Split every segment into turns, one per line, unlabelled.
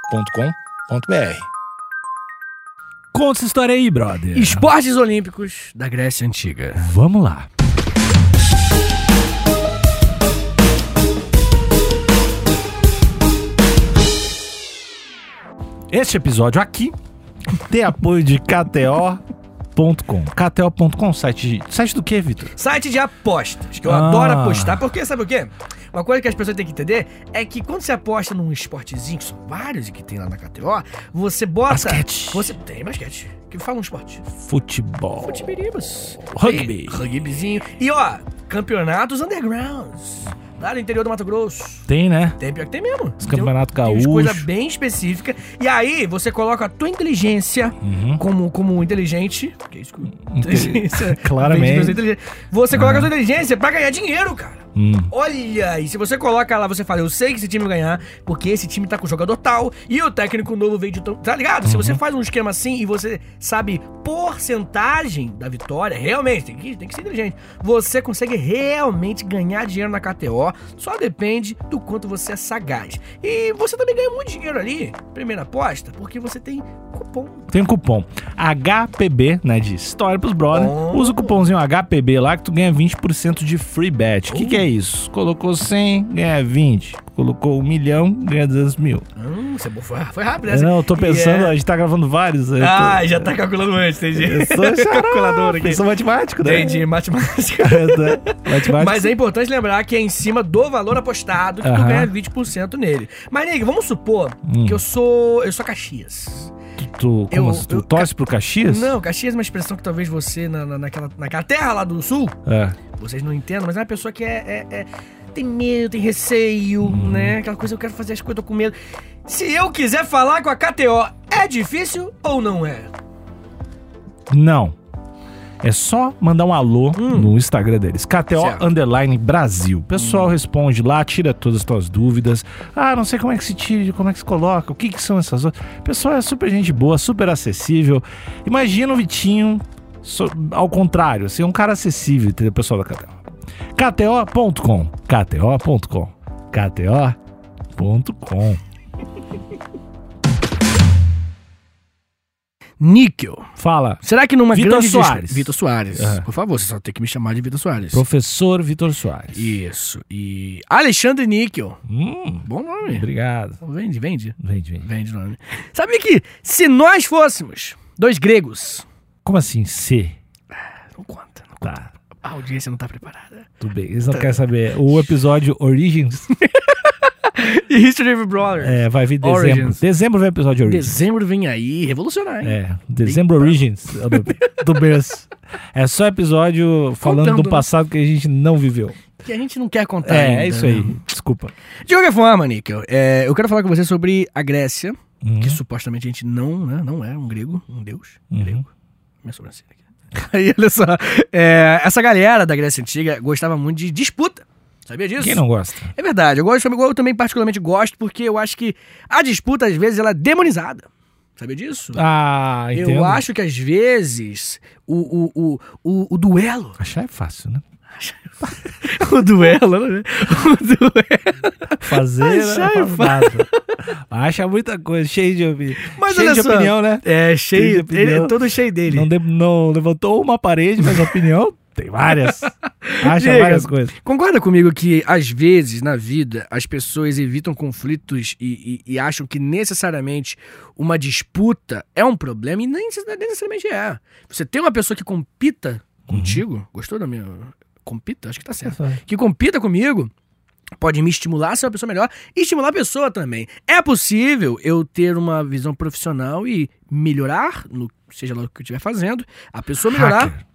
agenciadepodcast.com.br.
Conta essa história aí, brother.
É. Esportes Olímpicos da Grécia Antiga.
Vamos lá. Este episódio aqui tem apoio de KTO.com. KTO.com, site, de- site do que, Vitor?
Site de apostas, que eu
Ah.
adoro apostar, porque sabe o quê? Uma coisa que as pessoas têm que entender é que quando você aposta num esportezinho, que são vários e que tem lá na KTO, você bota.
Basquete.
Você tem basquete. Que fala um esporte.
Futebol.
Futeberibas.
Rugby.
E- Rugbyzinho. E ó, campeonatos undergrounds. Lá no interior do Mato Grosso.
Tem, né?
Tem pior que tem mesmo. Os
Campeonato
tem, umas
Gaúcho.
coisa bem específica. E aí, você coloca a tua inteligência como, como inteligente. Que é isso que inteligência.
Claramente.
vem de você inteligente. Você coloca a sua inteligência pra ganhar dinheiro, cara.
Hum.
Olha, e se você coloca lá, você fala, eu sei que esse time vai ganhar, porque esse time tá com o jogador tal, e o técnico novo veio de... tão- Tá ligado? Se
Uhum.
você faz um esquema assim e você sabe porcentagem da vitória, realmente, tem que, tem que ser inteligente, você consegue realmente ganhar dinheiro na KTO, só depende do quanto você é sagaz. E você também ganha muito dinheiro ali, primeira aposta, porque você tem cupom.
Tem um cupom HPB, né? De história pros brother.
Oh.
Usa o cupomzinho HPB lá que tu ganha 20% de free bet. O
Oh.
que, que é isso? Colocou 100, ganha 20. Colocou 1 milhão, ganha 200 mil.
Hum, você foi, foi rápido essa.
Não, eu tô
E
pensando,
é-
a gente tá gravando vários. eu tô-
Ah, já tá calculando antes,
Eu
entendi.
sou calculador
calculadora
aqui.
aqui.
Eu sou matemático, né?
Entendi, matemática.
Matemático.
Mas é importante lembrar que é em cima do valor apostado que tu
Aham.
ganha 20% nele. Mas, Nig, vamos supor que eu sou. eu sou Caxias.
Tu, Hum. tu, como
eu-
assim? tu
eu-
torce pro Caxias?
Não, Caxias é uma expressão que talvez você, na, na- naquela, naquela terra lá do sul,
É.
vocês não entendam, mas é uma pessoa que é. é- é- tem medo, tem receio, né? Aquela coisa, eu quero fazer as coisas, eu tô com medo. Se eu quiser falar com a KTO, é difícil ou não é?
Não. É só mandar um alô no Instagram deles. KTO
Certo.
Underline Brasil. O pessoal responde lá, tira todas as tuas dúvidas. Ah, não sei como é que se tira, como é que se coloca, o que, que são essas outras. O pessoal é super gente boa, super acessível. Imagina o Vitinho so- ao contrário, assim, um cara acessível, entendeu? Pessoal da KTO. KTO.com. KTO.com. KTO.com.
Níquel.
Fala.
Será que numa
Vitor
grande... discu-
Soares.
Vitor Soares.
Aham.
Por favor, você só tem que me chamar de Vitor Soares.
Professor Vitor Soares.
Isso. E Alexandre Níquel.
Hum,
Bom nome.
obrigado.
Vende, vende.
Então Vende, vende.
Vende o nome. Sabia que se nós fôssemos dois gregos.
Como assim, C?
Não conta. não conta.
Tá,
A audiência não tá preparada.
tudo bem. Eles não
Tá.
querem saber. O episódio Origins
History of Brothers.
é, vai vir em dezembro.
Origins.
Dezembro vem o episódio Origins.
Dezembro vem aí, revolucionário. hein?
É, dezembro Origins é o do, do berço. É só episódio falando
Contando,
do
né?
passado que a gente não viveu.
Que a gente não quer contar. ainda,
É, é isso aí.
né?
Desculpa.
De qualquer forma, Níquel, é, eu quero falar com você sobre a Grécia,
Uhum.
que supostamente a gente não, né, não é um grego, um deus.
Uhum.
Grego. Minha sobrancelha aqui. Aí, olha só. é, essa galera da Grécia Antiga gostava muito de disputa. Sabia disso?
Quem não gosta?
É verdade, eu gosto, eu também particularmente gosto, porque eu acho que a disputa, às vezes, ela é demonizada. Sabia disso?
Ah, entendo.
eu acho que às vezes o, o, o, o, o duelo.
Achar é fácil, né?
o duelo, né? O duelo.
Fazer
Achar
é
é
fácil. Acha muita coisa, cheio de opinião.
Mas
cheio
olha
de
só.
opinião, né?
É,
cheio-
cheio.
ele
Ele
é
é todo cheio dele.
Não, de- não levantou uma parede, mas opinião tem várias. Acha
Diga.
várias coisas.
Concorda comigo que, às vezes, na vida, as pessoas evitam conflitos e, e- e acham que necessariamente uma disputa é um problema e nem necess- nem necessariamente é. Você tem uma pessoa que compita contigo, gostou da minha. Compita? Acho que tá certo. Que compita comigo. Pode me estimular a ser uma pessoa melhor e estimular a pessoa também. É possível eu ter uma visão profissional e melhorar, no, seja lá o que eu estiver fazendo, a pessoa melhorar.
Hacker.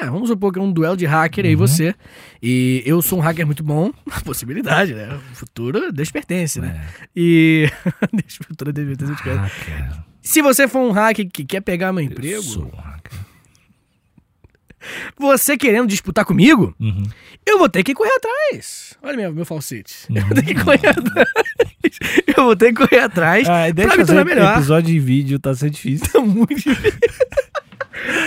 É, vamos supor que é um duelo de hacker aí você. E eu sou um hacker muito bom. Possibilidade, né? O futuro Deus pertence, né? E. Deus, o futuro Deus pertence. eu te
Ah.
quero.
Hacker.
Se você for um hacker que quer pegar meu emprego,
Eu sou um hacker.
você querendo disputar comigo,
Uhum.
eu vou ter que correr atrás. Olha meu, meu falsete. Eu vou ter que correr atrás. Eu vou ter que correr atrás
Uhum. Ah, deixa
pra me
fazer
tornar melhor.
episódio de vídeo, tá sendo difícil.
Tá muito difícil.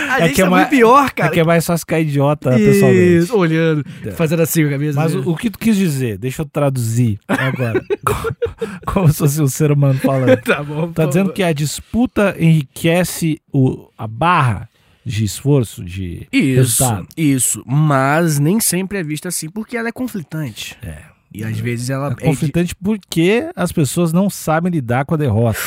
A
É
gente
que é
tá
uma-
muito pior,
É
cara.
que é mais fácil ficar idiota pessoalmente.
Isso, olhando, fazendo assim com a cabeça.
É. Mas o, o que tu quis dizer? Deixa eu traduzir agora. como, como se fosse um ser humano falando.
Tá bom.
Tá dizendo que a disputa enriquece o, a barra de esforço, de
Isso,
resultado.
isso. Mas nem sempre é vista assim, porque ela é conflitante.
É.
E às vezes ela...
É
é de-
conflitante porque as pessoas não sabem lidar com a derrota.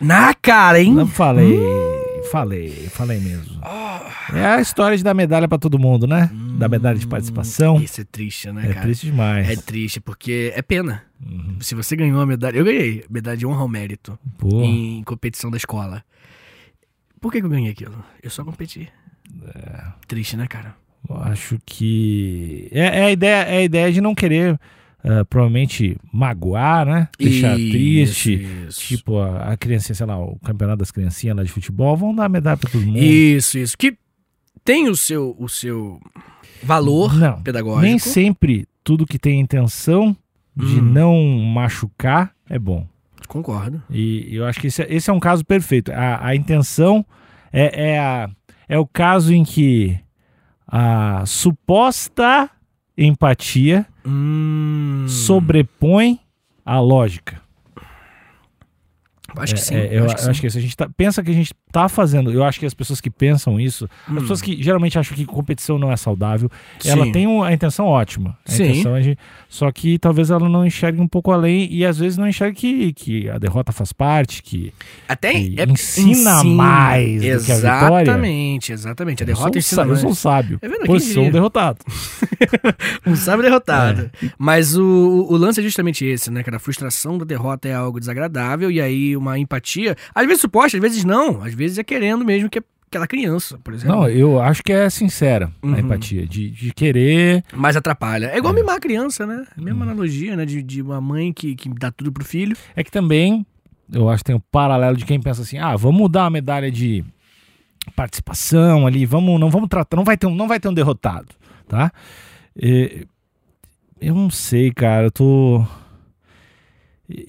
Na cara, hein?
Não falei,
hum.
falei, falei mesmo.
Ah.
É a história de dar medalha pra todo mundo, né? Da medalha de participação.
Hum, Isso é triste, né,
É
cara?
triste demais. Uhum.
É triste, porque é pena. Se você ganhou a medalha... Eu ganhei medalha de honra ao mérito
Pô,
em competição da escola. Por que, que eu ganhei aquilo? Eu só competi.
É.
Triste, né, cara?
eu acho que é, é a ideia, é a ideia de não querer ah, provavelmente magoar, né? Deixar
Isso,
triste.
Isso.
Tipo, a, a criancinha, sei lá, o campeonato das criancinhas lá de futebol, vão dar medalha pra todo mundo.
Isso, isso. Que tem o seu, o seu valor
Não,
pedagógico.
nem sempre tudo que tem intenção de
Hum.
não machucar é bom.
Concordo.
E eu acho que esse é, esse é um caso perfeito. A, a intenção é, é, a- é o caso em que a suposta empatia
Hum,
sobrepõe a lógica.
Acho que sim.
É, eu
acho que sim.
isso. A gente tá- pensa que a gente tá fazendo. Eu acho que as pessoas que pensam isso,
Hum.
as pessoas que geralmente acham que competição não é saudável, ela
Sim.
tem um- a intenção ótima. A
Sim.
intenção é de- só que talvez ela não enxergue um pouco além e às vezes não enxergue que, que a derrota faz parte, que
Até é
que ensina mais do que a vitória.
Exatamente, exatamente. A derrota
eu sou,
ensina
um sa- eu
mais.
sou um sábio.
É verdade,
pois
quem
sou um
diria?
derrotado.
Um sábio derrotado.
É.
Mas o, o lance é justamente esse, né, cara? A frustração da derrota é algo desagradável e aí uma empatia. Às vezes suposta, às vezes não. Às vezes é querendo mesmo que aquela criança, por exemplo.
Não, eu acho que é sincera
Uhum.
a empatia, de, de querer.
Mas atrapalha. É igual mimar a criança, né? A mesma
Uhum.
analogia, né? De, de uma mãe que, que dá tudo pro filho.
É que também, eu acho que tem um paralelo de quem pensa assim: ah, vamos dar a medalha de participação ali, vamos, não vamos tratar, não vai ter um, não vai ter um derrotado, tá? E- eu não sei, cara, eu tô.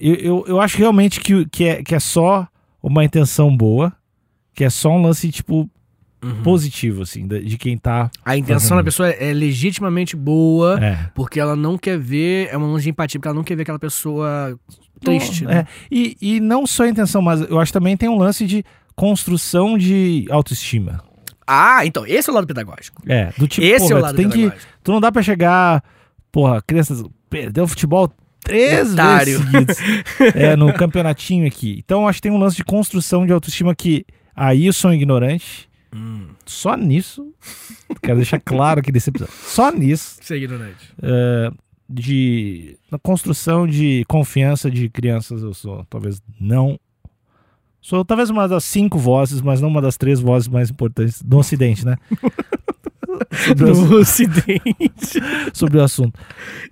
Eu, eu, eu acho realmente que, o- que, é, que é só uma intenção boa, que é só um lance, tipo,
Uhum.
positivo, assim, de, de quem tá.
A intenção
Uhum.
da pessoa é legitimamente boa,
É.
porque ela não quer ver. É uma lance de empatia, porque ela não quer ver aquela pessoa triste.
Não,
né?
é. E, e não só a intenção, mas eu acho que também tem um lance de construção de autoestima.
Ah, então, esse é o lado pedagógico.
É, do tipo,
esse
porra,
é o lado
tu tem que.
pedagógico.
Tu não dá pra chegar, porra, crianças, perdeu o futebol três
Otário.
vezes seguidas. é, no campeonatinho aqui. Então eu acho que tem um lance de construção de autoestima que aí eu sou um ignorante.
Hum,
Só nisso. Quero deixar claro aqui nesse episódio. Só nisso.
ser ignorante.
de na construção de confiança de crianças eu sou talvez não sou talvez uma das cinco vozes mas não uma das três vozes mais importantes do Ocidente né sobre, o,
No ocidente.
sobre o assunto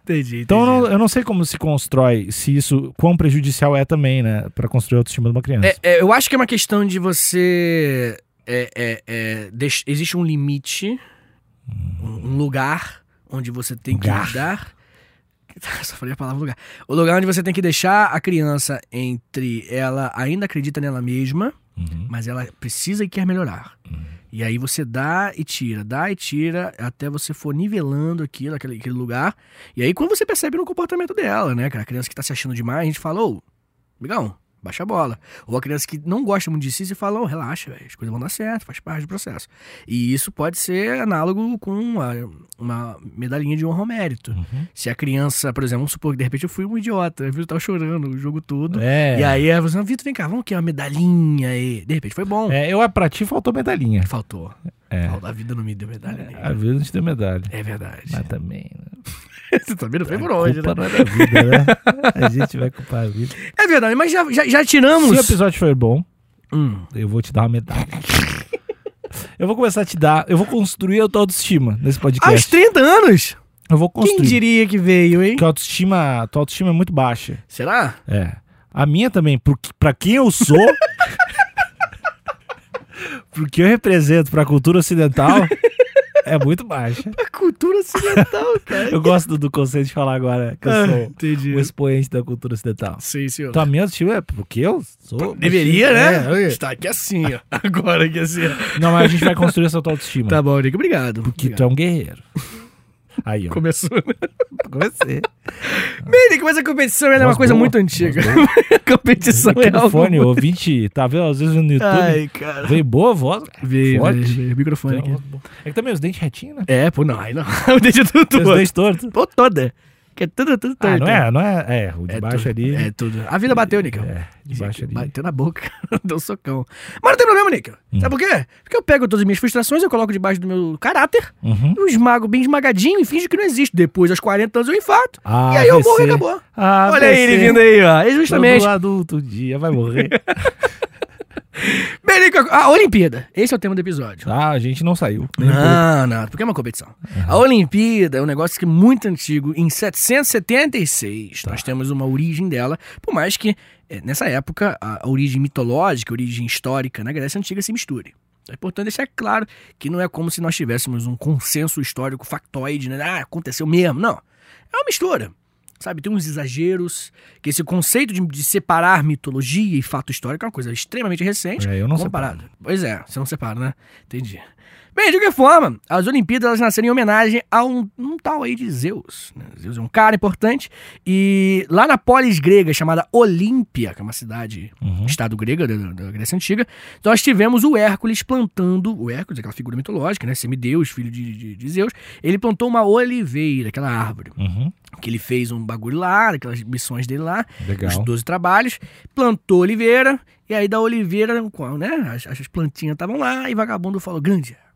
entendi.
então eu
entendi.
não, eu não sei como se constrói se isso quão prejudicial é também né Pra construir a autoestima de uma criança
É, é, eu acho que é uma questão de você. é, é, é, deix- existe um limite, um um lugar onde você tem que
Lugar.
dar. Só falei a palavra lugar. O lugar onde você tem que deixar a criança entre ela ainda acredita nela mesma,
Uhum.
mas ela precisa e quer melhorar. E aí você dá e tira, dá e tira, até você for nivelando aquilo, aquele, aquele lugar. E aí quando você percebe no comportamento dela, né, cara? A criança que tá se achando demais, a gente fala, ô, amigão, baixa a bola. Ou a criança que não gosta muito de si, você fala, ô, relaxa, velho, as coisas vão dar certo, faz parte do processo. E isso pode ser análogo com uma, uma medalhinha de honra ao mérito.
Uhum.
Se a criança, por exemplo, vamos supor que de repente eu fui um idiota, eu tava chorando o jogo todo.
É.
E aí ela falou assim, Vitor, vem cá, vamos aqui, uma medalhinha aí. De repente foi bom.
É, eu é pra ti faltou medalhinha
Faltou.
É.
Faltou. A vida não me deu medalha
a
negra.
vida não te deu medalha
É verdade.
mas também né?
Você também não foi por onde,
culpa
né?
não é da vida né a gente vai culpar a vida
É verdade, mas já, já, já
se o
tiramos.
episódio foi bom
Hum.
Eu vou te dar uma medalha. eu vou começar a te dar. Eu vou construir a tua autoestima nesse
Aos
podcast.
30 anos?
Eu vou
Quem
construir.
diria que veio, hein?
Porque a autoestima, a tua autoestima é muito baixa.
Será?
É. A minha também, pro que- pra quem eu sou. pro que eu represento pra cultura ocidental. É muito baixa.
A cultura ocidental, cara.
Eu gosto do, do conceito de falar agora que eu sou
entendi.
o expoente da cultura ocidental.
um Sim, senhor.
Então, a minha autoestima é porque eu sou.
Deveria,
É, eu-
né? Está aqui assim, ó. Agora aqui assim. ó.
Não, mas a gente vai construir essa tua autoestima.
Tá bom, Nick, obrigado.
Porque tá- tu
Obrigado.
é um guerreiro. Aí, ó.
Começou, né?
Comecei.
Bem, Nick, mas a competição ela é uma
Voz
coisa
Ah. boa,
muito
voz
antiga. a competição é algo...
Microfone, ouvinte, tá vendo? Às vezes no YouTube
Ai, cara.
veio boa voz.
Vê,
Forte.
vê, vê, microfone
Tem uma
aqui.
voz boa. É que também os dentes retinhos, né?
É, pô, não, aí não. O dedo tudo
Os
torto.
dentes tortos.
Pô, toda. Que é tudo, tudo
Ah,
torto.
não é, não é. É, o de baixo
tudo,
ali.
É tudo. A vida bateu, Nickel.
É, de baixo ali.
Bateu na boca, deu um socão. Mas não tem problema, Nickel. Sabe por quê? Porque eu pego todas as minhas frustrações, eu coloco debaixo do meu caráter,
Uhum.
eu esmago bem esmagadinho e finge que não existe. Depois, aos 40 anos, eu infarto.
Ah,
e aí eu
PC.
morro e acabou.
Ah,
Olha aí
PC.
ele vindo aí, ó. É
Todo
Justamente.
adulto um dia vai morrer.
Bem, Nickel, a Olimpíada. Esse é o tema do episódio.
Ah, a gente não saiu. Nem por-
Não, não, porque é uma competição. A Olimpíada é um negócio que é muito antigo. Em 776, nós temos uma origem dela, por mais que eh, nessa época a a origem mitológica, a origem histórica na Grécia Antiga se misture. É importante deixar claro que não é como se nós tivéssemos um consenso histórico factoide, né? Ah, aconteceu mesmo. Não. É uma mistura. Sabe, tem uns exageros, que esse conceito de, de separar mitologia e fato histórico é uma coisa extremamente recente.
É, eu não
comparado. Pois é, você não separa, né? Entendi. Bem, de qualquer forma, as Olimpíadas elas nasceram em homenagem a um, um tal aí de Zeus. né? Zeus é um cara importante. E lá na polis grega, chamada Olímpia, que é uma cidade,
Uhum.
estado grega da, da Grécia Antiga, nós tivemos o Hércules plantando, o Hércules, aquela figura mitológica, né? Semideus, filho de, de- de Zeus, ele plantou uma oliveira, aquela árvore,
Uhum.
que ele fez um bagulho lá, aquelas missões dele lá, os
Legal.
12 trabalhos, plantou oliveira, e aí da oliveira, né, as, as plantinhas estavam lá, e vagabundo falou, grande Hércules,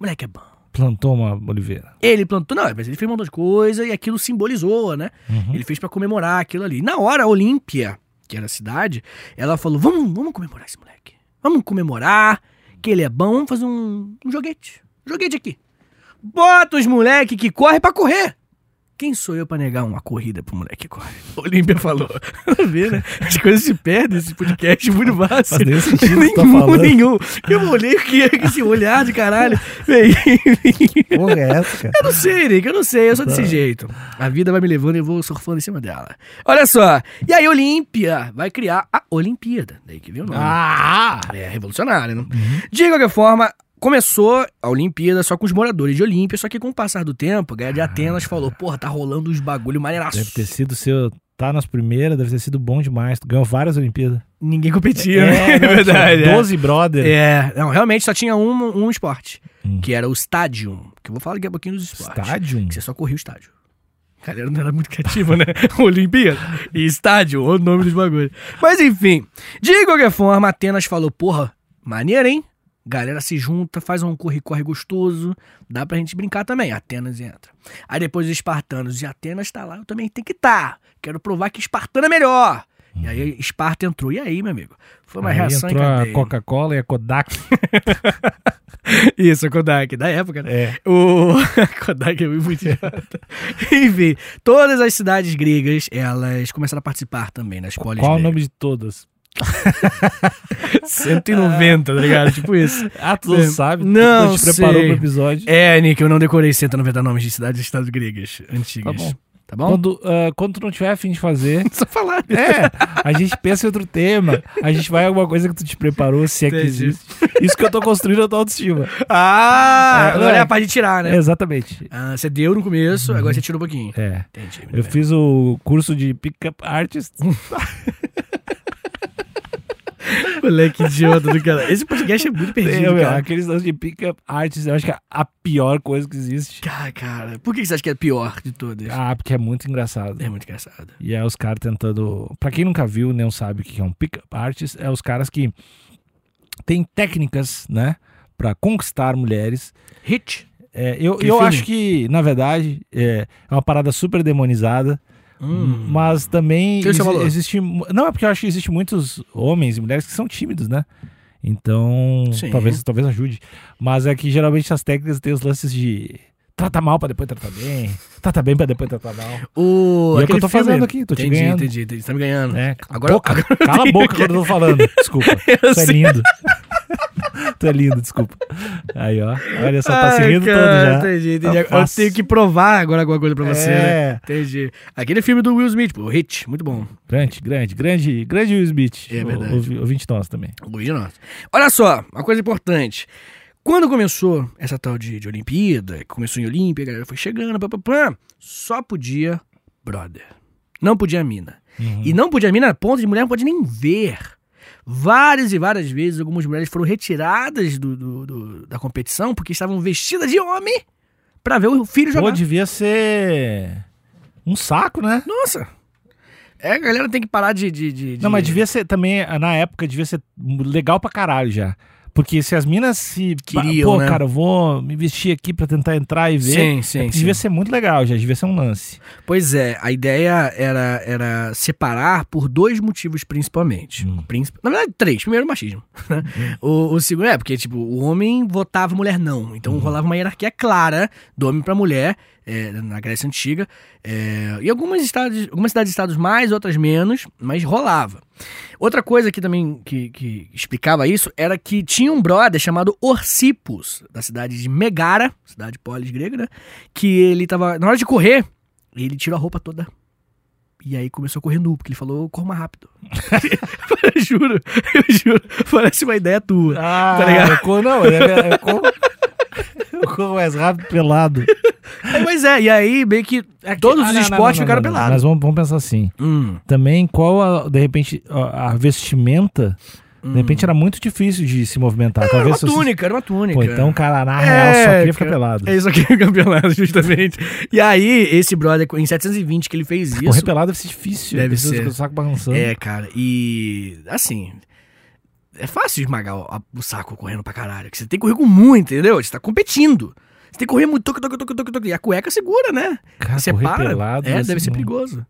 moleque é bom.
Plantou uma oliveira.
Ele plantou, não, mas ele fez um montão de coisa e aquilo simbolizou, né?
Uhum.
Ele fez pra comemorar aquilo ali. Na hora, a Olímpia, que era a cidade, ela falou: vamos, vamos comemorar esse moleque. Vamos comemorar, que ele é bom, vamos fazer um, um joguete. Joguete aqui. Bota os moleque que corre pra correr. Quem sou eu pra negar uma corrida pro moleque que corre? Olímpia falou. Vê, né? As coisas se perdem, esse podcast é muito
Faz
fácil.
nenhum sentido o que tá
nenhum,
falando.
nenhum. Eu olhei o que é esse olhar de caralho. Vem,
Porra, é essa, cara?
eu não sei, Nick, eu não sei, eu sou
Tá.
desse jeito. A vida vai me levando e eu vou surfando em cima dela. Olha só, e aí Olímpia vai criar a Olimpíada. Daí que viu o nome.
Ah! Uhum.
É revolucionário, né? De qualquer forma, começou a Olimpíada só com os moradores de Olímpia, só que com o passar do tempo, a galera de Atenas falou, porra, tá rolando uns bagulho maneiraço.
Deve ter sido seu. Tá nas primeiras, deve ter sido bom demais. Tu ganhou várias Olimpíadas.
Ninguém competia, né? É verdade. é.
12 brother.
É, não, realmente só tinha um, um esporte,
Hum.
que era o estádio, que eu vou falar daqui a pouquinho dos esportes.
Estádio?
que você só corria o estádio. A galera não era muito criativa, né? Olimpíada e estádio, o nome dos bagulhos. Mas enfim, de qualquer forma, Atenas falou, porra, maneira, hein? Galera se junta, faz um corre-corre gostoso, dá pra gente brincar também. Atenas entra. Aí depois os espartanos, e Atenas tá lá, eu também tenho que estar. Quero provar que espartano é melhor. E aí Esparta entrou. E aí, meu amigo? Foi uma
Aí
reação
entrou
em
a
cadeia.
Coca-Cola e a Kodak.
Isso, a Kodak, da época, né?
É.
O Kodak é muito idiota. Enfim, todas as cidades gregas, elas começaram a participar também nas polis
Qual o
gregas.
nome de todas?
190, tá ligado? Tipo isso.
Ah, tu
É,
não sabe?
não
tu te preparou
sei.
pro episódio.
É, Nick, eu não decorei 190 nomes de cidades e estados gregas antigas.
Tá bom.
Tá bom?
Quando, ah, quando tu não tiver afim de fazer,
Só falar.
é, a gente pensa em outro tema. A gente vai em alguma coisa que tu te preparou, se é que
Entendi.
existe. Isso que eu tô construindo a tua autoestima.
Ah,
É,
agora é
é.
a parte de tirar, né?
Exatamente.
Ah, você deu no começo, agora você tirou um pouquinho.
É.
Entendi. muito
Eu
bem.
fiz o curso de pick-up artist.
Moleque idiota do cara. Esse podcast é muito perdido,
Eu, meu,
cara.
aqueles lances de pick-up artist, eu acho que é a pior coisa que existe.
Ah, cara, por que você acha que é a pior de todas?
Ah, porque é muito engraçado.
É muito engraçado.
E é os caras tentando. Pra quem nunca viu, nem sabe o que é um pick-up artist, é os caras que têm técnicas, né? Pra conquistar mulheres.
Hit.
É, eu
Que
eu
filme?
acho que, na verdade, é, é uma parada super demonizada.
Hum.
Mas também
Tem o seu
exi-
valor.
existe. mu- Não, é porque eu acho que existem muitos homens e mulheres que são tímidos, né? Então,
Sim.
talvez, talvez ajude. Mas é que geralmente as técnicas têm os lances de trata mal pra depois tratar bem, trata bem pra depois tratar mal. E é
O,
o que
aquele
eu tô
filme-
fazendo aqui, tô te
entendi,
ganhando.
Entendi, entendi, Tá me ganhando.
É,
Agora-
boca,
agora eu
cala a
tenho
boca quando eu tô falando. Desculpa. Isso é
sei.
lindo. Tá lindo, desculpa. Aí, ó. Olha só, tá
Ai,
seguindo todo
cara,
já.
Entendi, entendi.
Tá
Eu
fácil.
tenho que provar agora alguma coisa pra você,
É.
né? Entendi. Aquele filme do Will Smith, pô, o Hit, muito bom.
Grande, grande, grande, grande Will Smith.
É verdade.
O- ouvi- Ouvinte nosso também.
Original. Olha só, uma coisa importante. Quando começou essa tal de, de Olimpíada, que começou em Olímpia, a galera foi chegando, papapá, só podia brother. Não podia mina.
Uhum.
E não podia mina a ponto de mulher não pode nem ver. Várias e várias vezes algumas mulheres foram retiradas do, do- do- da competição porque estavam vestidas de homem pra ver o filho jogar.
Pô, devia ser um saco, né?
Nossa! É, a galera tem que parar de. de- de-
Não, mas
de-
devia ser também, na época, devia ser legal pra caralho já. Porque se as minas se.
Queriam,
Pô,
né?
cara, eu vou me vestir aqui pra tentar entrar e ver.
Sim, sim, sim.
devia ser muito legal já, devia ser um lance.
Pois é, a ideia era, era separar por dois motivos principalmente.
Hum.
Princip- Na verdade, três. Primeiro, machismo. né? o, o segundo é porque, tipo, o homem votava, a mulher não.
Hum.
Então rolava uma hierarquia clara do homem pra mulher é, na Grécia Antiga. É, e algumas, estados, algumas cidades estados mais, outras menos, mas rolava. Outra coisa que também que, que explicava isso era que tinha um brother chamado Orcipus, da cidade de Megara, cidade polis grega, né? Que ele tava. Na hora de correr, ele tirou a roupa toda. E aí começou a correr nu, porque ele falou, corra mais rápido. eu juro, eu juro. Parece uma ideia tua.
Ah,
Tá ligado?
eu corro, não, eu, eu corro. Eu corro mais rápido pelado.
É, Mas é, e aí meio que todos
Ah, não,
os
não,
esportes
não, não,
ficaram
não, não.
pelados.
Mas vamos, vamos pensar assim.
Hum,
Também, qual, a, de repente, a, a vestimenta.
hum.
De repente era muito difícil de se movimentar.
Era uma
Talvez se você-
túnica, era uma túnica.
Pô, então, cara, na
É,
real, só queria ficar
cara.
pelado.
É isso aqui o campeonato, justamente. E aí, esse brother, em 720 que ele fez isso.
Correr pelado deve ser difícil.
Deve
precisa
ser.
ficar com o saco balançando.
É, cara, e assim. É fácil esmagar o, a- o saco correndo pra caralho. que Você tem que correr com muito, entendeu? Você tá competindo. Você tem que correr muito, toque, toque, toque, toque, toque. E a cueca segura, né?
Cara,
você
Ah, correr
para.
pelado
é,
deve
deve
ser
ser
bom.
perigoso. Deve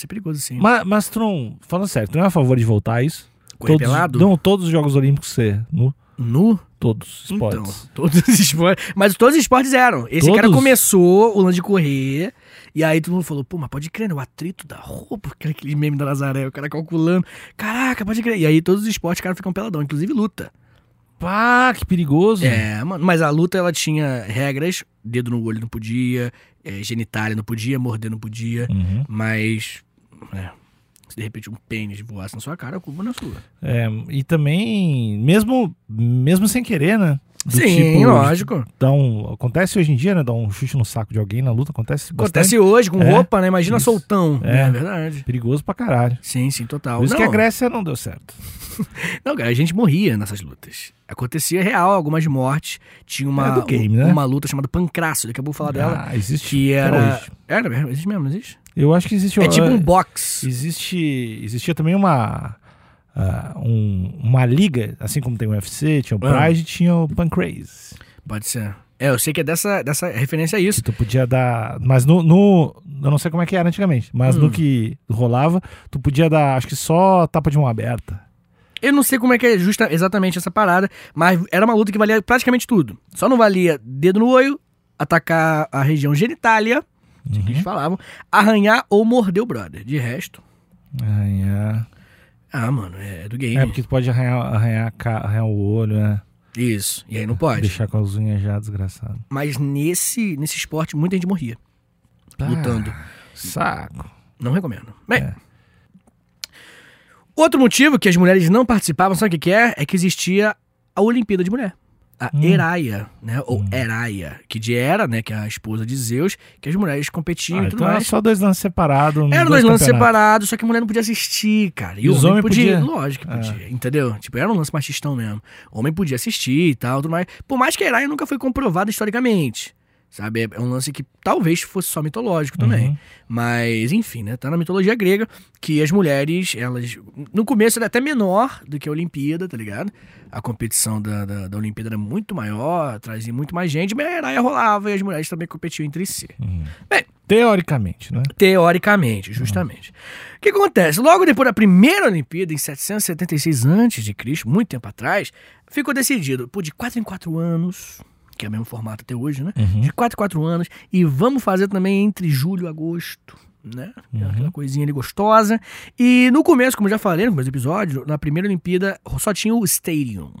ser perigoso, sim.
Mas, mas Tron, falando sério, tu não é a favor de voltar a isso?
correr
todos,
pelado?
Não, todos os Jogos Olímpicos ser nu,
Nu?
todos, esportes.
Então, todos os esportes. Mas todos os esportes eram. Esse cara
Todos?
começou o lance de correr. E aí todo mundo falou, pô, mas pode crer, né? O atrito da roupa, cara, aquele meme da Nazaré, o cara calculando. Caraca, pode crer. E aí todos os esportes, cara, ficam peladão, inclusive luta.
Pá, que perigoso.
É, mano, mas a luta ela tinha regras, dedo no olho não podia, é, genitália não podia, morder não podia,
Uhum.
mas. é, se de repente um pênis voasse na sua cara, a culpa não é sua.
É, e também, mesmo, mesmo sem querer, né? Do
Sim,
tipo,
lógico.
Dá um, acontece hoje em dia, né? Dar um chute no saco de alguém na luta, acontece bastante.
Acontece hoje com
É,
roupa, né? Imagina
isso.
soltão.
É.
É. é verdade.
Perigoso pra caralho.
Sim, sim, total.
Por isso
não,
que a Grécia não deu certo.
não, cara, a gente morria nessas lutas. Acontecia real, algumas mortes. Tinha uma,
É do game, né?
uma luta chamada Pancrácio, daqui a pouco eu vou falar dela.
Ah, existe.
Que
até
era.
hoje.
Era mesmo? Existe mesmo, não existe?
Ah. Eu acho que existe
É tipo um
eh,
box.
Existe, existia também uma ah, um- uma liga, assim como tem o UFC, tinha o
Ah.
Pride, tinha o Pancrase.
Pode ser. É, eu sei que é dessa, dessa referência a
Que
isso.
tu podia dar, mas no, no- eu não sei como é que era antigamente, mas
Hum.
no que rolava, tu podia dar, acho que só tapa de mão aberta.
Eu não sei como é que é justa exatamente essa parada, mas era uma luta que valia praticamente tudo. Só não valia dedo no olho, atacar a região genitália, que eles
Uhum.
falavam, arranhar ou morder o brother. De resto.
Uhum. Arranhar.
Ah, mano, é do game.
É porque tu pode arranhar, arranhar, a ca- arranhar o olho, né?
Isso. E aí não pode.
Deixar com as unhas já, desgraçado.
Mas nesse, nesse esporte, muita gente morria. Tá. Lutando.
Saco.
Não recomendo. Bem.
É.
Outro motivo que as mulheres não participavam, sabe o que, que é? É que existia a Olimpíada de Mulher. A
Hum.
Heraia, né? Ou Heraia, que de Hera, né? Que é a esposa de Zeus, que as mulheres competiam
Ah,
e tudo
então era
mais.
só dois lances separados. um,
Eram dois lances
campeonatos.
separados, só que a mulher não podia assistir, cara. E,
E
o
os
homem
homens
podia,
podia?
Lógico que
É.
podia, entendeu? Tipo, era um lance machistão mesmo. O homem podia assistir e tal, tudo mais. Por mais que a Heraia nunca foi comprovada historicamente. Sabe? É- É um lance que talvez fosse só mitológico também.
Uhum.
Mas, enfim, né? Tá na mitologia grega que as mulheres, elas. No começo era até menor do que a Olimpíada, tá ligado? A competição da, da, da Olimpíada era muito maior, trazia muito mais gente, mas a Heraia rolava e as mulheres também competiam entre si.
uhum. Teoricamente, né?
Teoricamente, justamente. O que acontece? Logo depois da primeira Olimpíada, em 776 a.C., muito tempo atrás, ficou decidido, pô, de 4 em 4 anos, que é o mesmo formato até hoje, né? De 4 em 4 anos, e vamos fazer também entre julho e agosto, né? Aquela coisinha ali gostosa. E no começo, como eu já falei no começo do episódio, na primeira Olimpíada só tinha o Stadium,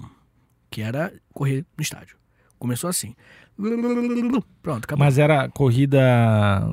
que era correr no estádio. Começou assim. Pronto, acabou.
Mas era corrida.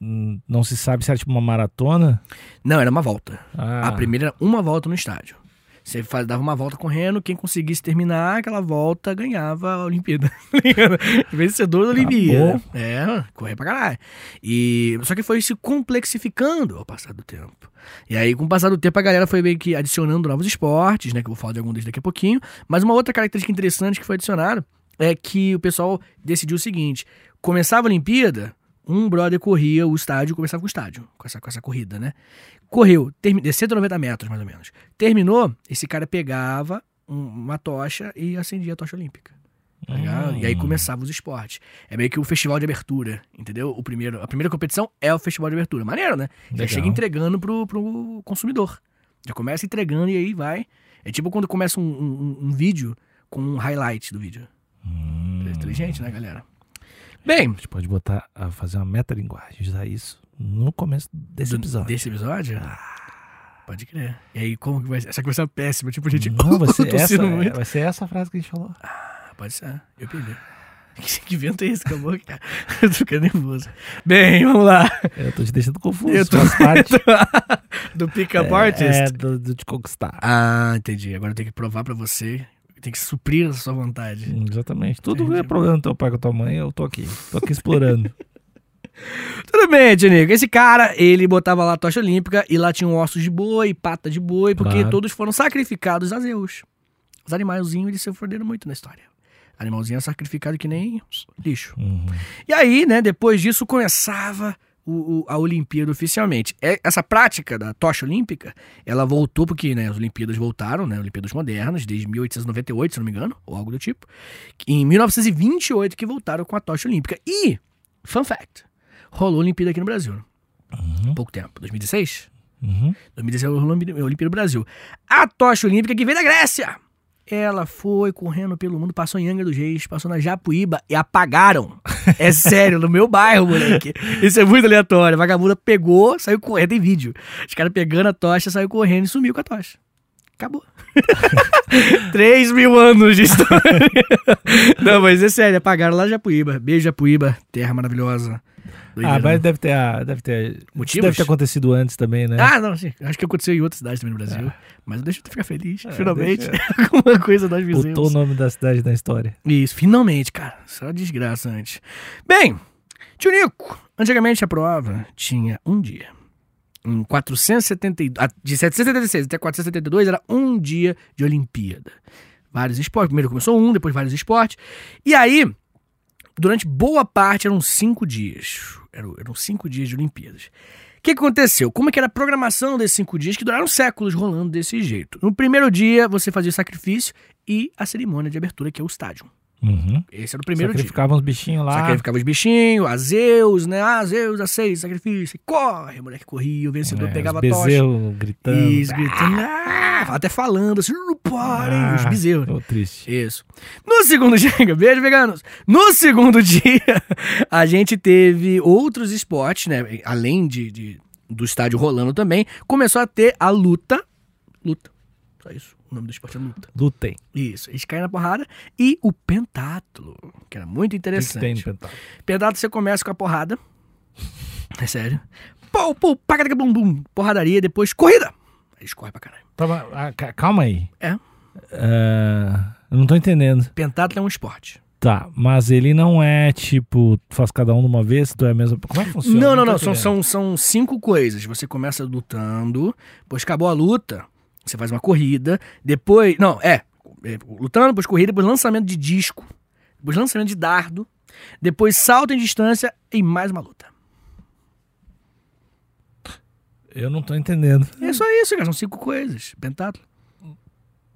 hum, Não se sabe se era tipo uma maratona.
Não, era uma volta.
Ah,
A primeira era uma volta no estádio. Você faz- dava uma volta correndo, quem conseguisse terminar aquela volta ganhava a Olimpíada. Vencedor da Olimpíada. É, correr pra caralho. E, só que foi se complexificando ao passar do tempo. E aí, com o passar do tempo, a galera foi meio que adicionando novos esportes, né? Que eu vou falar de algum deles daqui a pouquinho. Mas uma outra característica interessante que foi adicionada é que o pessoal decidiu o seguinte: começava a Olimpíada, um brother corria o estádio, começava com o estádio, com essa, com essa corrida, né? Correu, termi- de 190 metros mais ou menos. Terminou, esse cara pegava um- uma tocha e acendia a tocha olímpica. tá ligado?
Hum.
E aí começava os esportes. É meio que o festival de abertura, entendeu? O primeiro, a primeira competição é o festival de abertura. Maneiro, né? Já
Legal.
chega entregando pro, pro consumidor. Já começa entregando e aí vai. É tipo quando começa um, um- um vídeo com um highlight do vídeo.
Hum.
É inteligente, né, galera? Bem,
A gente pode botar, ah, fazer uma metalinguagem, usar isso no começo desse
do-
episódio. Ah.
Desse episódio? Pode crer. E aí, como que vai ser? Essa coisa é péssima, tipo, a gente.
Não, vai ser, essa, é,
tossindo muito.
vai ser essa frase que a gente falou.
Ah, Pode ser. Eu perdi. Que, que vento é esse? Acabou. Eu tô ficando nervoso. Bem, vamos lá.
Eu tô te deixando confuso.
Eu É, tô-
faz parte
Do Pickup Artist.
é, do, do te conquistar.
Ah, entendi. Agora eu tenho que provar pra você. Tem que suprir a sua vontade.
Hum, Exatamente. Tudo é problema do teu pai com a tua mãe, eu tô aqui. Tô aqui explorando.
Tudo bem, Tinico. Esse cara, ele botava lá a tocha olímpica e lá tinham ossos de boi, pata de boi, porque
Claro.
todos foram sacrificados a Zeus. Os animaizinhos, eles se foderam muito na história. Animalzinho é sacrificado que nem lixo.
Uhum.
E aí, né, depois disso começava o- o- a Olimpíada oficialmente. É, essa prática da tocha olímpica, ela voltou porque, né, as Olimpíadas voltaram, né, Olimpíadas modernas, desde 1898, se não me engano, ou algo do tipo. Em 1928 que voltaram com a tocha olímpica. E, fun fact, rolou Olimpíada aqui no Brasil. né?
Uhum.
Pouco tempo, 2016?
Uhum.
2016 rolou a Olimpíada- a Olimpíada do Brasil. A tocha olímpica que veio da Grécia. Ela foi correndo pelo mundo, passou em Angra dos Reis, passou na Japuíba e apagaram. É sério, no meu bairro, moleque. Isso é muito aleatório. A vagabunda pegou, saiu correndo, tem vídeo. Os caras pegando a tocha, saiu correndo e sumiu com a tocha. Acabou. 3 mil anos de história. Não, mas é sério, apagaram lá na Japuíba. Beijo, Japuíba, terra maravilhosa.
Ah,
Doideira,
mas
né?
deve ter, a- deve ter.
Motivos?
Deve ter acontecido antes também, né?
Ah, não, sim. Acho que aconteceu em outras cidades também no Brasil. Mas deixa eu ficar feliz.
É,
finalmente, alguma coisa nós
Botou o
fizemos.
nome da cidade na história.
Isso, finalmente, cara. Só desgraça antes. Bem, tio Nico, antigamente a prova tinha um dia. Em 472, ah, de 776 até 472 era um dia de Olimpíada. Vários esportes. Primeiro começou um, depois vários esportes. E aí, durante boa parte eram cinco dias. Eram, eram cinco dias de Olimpíadas. O que que aconteceu? Como é que era a programação desses cinco dias que duraram séculos rolando desse jeito? No primeiro dia, você fazia o sacrifício e a cerimônia de abertura, que é o estádio.
Uhum.
Esse era o primeiro dia.
Sacrificava uns bichinhos lá.
Sacrificava os bichinhos, a Zeus, né? Ah, Zeus, aceita, sacrifício. Corre, moleque, corria, o vencedor
É,
pegava
os
a tocha.
bezerro gritando.
Isso, gritando. Ah, até falando assim, não parem, os
Ah,
bezerros.
Ô, triste.
Isso. No segundo dia, beijo veganos. No segundo dia, a gente teve outros esportes, né? Além de, de- do estádio rolando também, começou a ter a luta. Luta. Só isso. O nome do esporte é luta.
Lutem.
Isso. Eles caem na porrada. E o pentátulo, que era muito
O que que tem
interessante.
no pentáculo?
Pedaço você começa com a porrada. É sério. Pau, pau, paca, bum, bum. Porradaria, depois corrida. Aí eles correm pra caralho.
Tava- ah, ca- calma aí.
É.
Ah, eu não tô entendendo.
Pentátulo é um esporte.
Tá, mas ele não é tipo, faz cada um de uma vez, tu é mesmo. Como é que funciona?
não, não,
tô
não. São,
entendendo.
são, são cinco coisas. Você começa lutando, depois acabou a luta, você faz uma corrida, depois. Não, é. é, Lutando, depois corrida, depois lançamento de disco, depois lançamento de dardo, depois salto em distância e mais uma luta.
Eu não tô entendendo.
É só isso, cara. São cinco coisas. Pentátulo.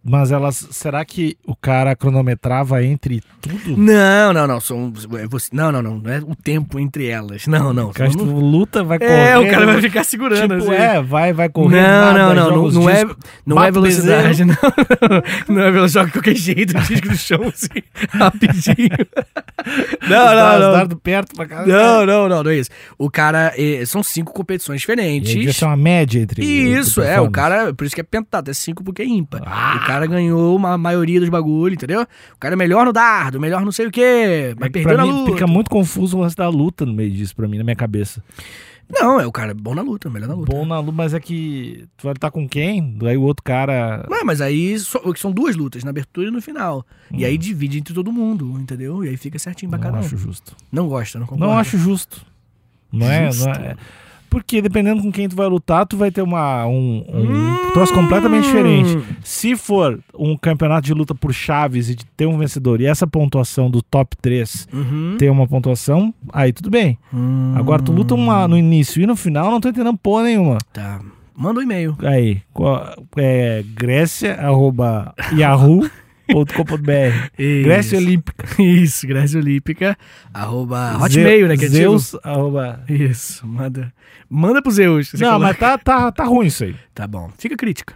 Mas elas. Será que o cara cronometrava entre tudo?
Não, não, não. São, é você, não, não, não. Não é o tempo entre elas. Não, não.
O cara
não
tipo, luta, vai correr.
é, o cara vai ficar segurando.
Tipo,
assim.
é, vai, vai correr.
Não,
nada,
não, não,
joga
não,
os
não é,
discos.
não
mata
é
o
velocidade, não, não, não é velocidade de qualquer jeito, o disco do chão assim, rapidinho. Não,
Dá-
não, não,
dá do perto pra caralho.
não, não, não, não é isso. O cara, eh, são cinco competições
E aí devia
diferentes,
ser uma média entre.
e
entre
isso, é, o
um performance.
cara, por isso que é pentado, é cinco porque é ímpar.
Ah,
o cara ganhou uma maioria dos bagulho, entendeu? O cara é melhor no dardo, melhor não sei o quê, mas
É que pra
perdeu na
mim
luta.
fica muito confuso o lance da luta no meio disso, pra mim, na minha cabeça.
Não, é o cara bom na luta, melhor na luta.
Bom na luta, mas é que tu vai lutar com quem? Aí o outro cara.
Ué, mas aí so- são duas lutas, na abertura e no final. E aí divide entre todo mundo, entendeu? E aí fica certinho pra
Hum. Não
cada um.
acho justo.
Não gosta, não concorda.
Não acho justo. Não é,
Justo.
não é- Porque dependendo com quem tu vai lutar, tu vai ter uma, um, um
Hum.
troço completamente diferente. Se for um campeonato de luta por chaves e de ter um vencedor e essa pontuação do top 3
Uhum.
ter uma pontuação, aí tudo bem.
Hum,
Agora tu luta uma no início e no final, não tô entendendo porra nenhuma.
Tá. Manda um e-mail.
Aí, qual- é Grécia, arroba yahoo.com.br. Grécia
Isso.
Olímpica.
Isso, Grécia Olímpica. Arroba Hotmail, né? Que é
Zeus, arroba...
antigo. Isso, manda. Manda pro Zeus. que você
Não,
coloca.
mas tá, tá, tá ruim isso aí.
Tá bom. Fica a crítica.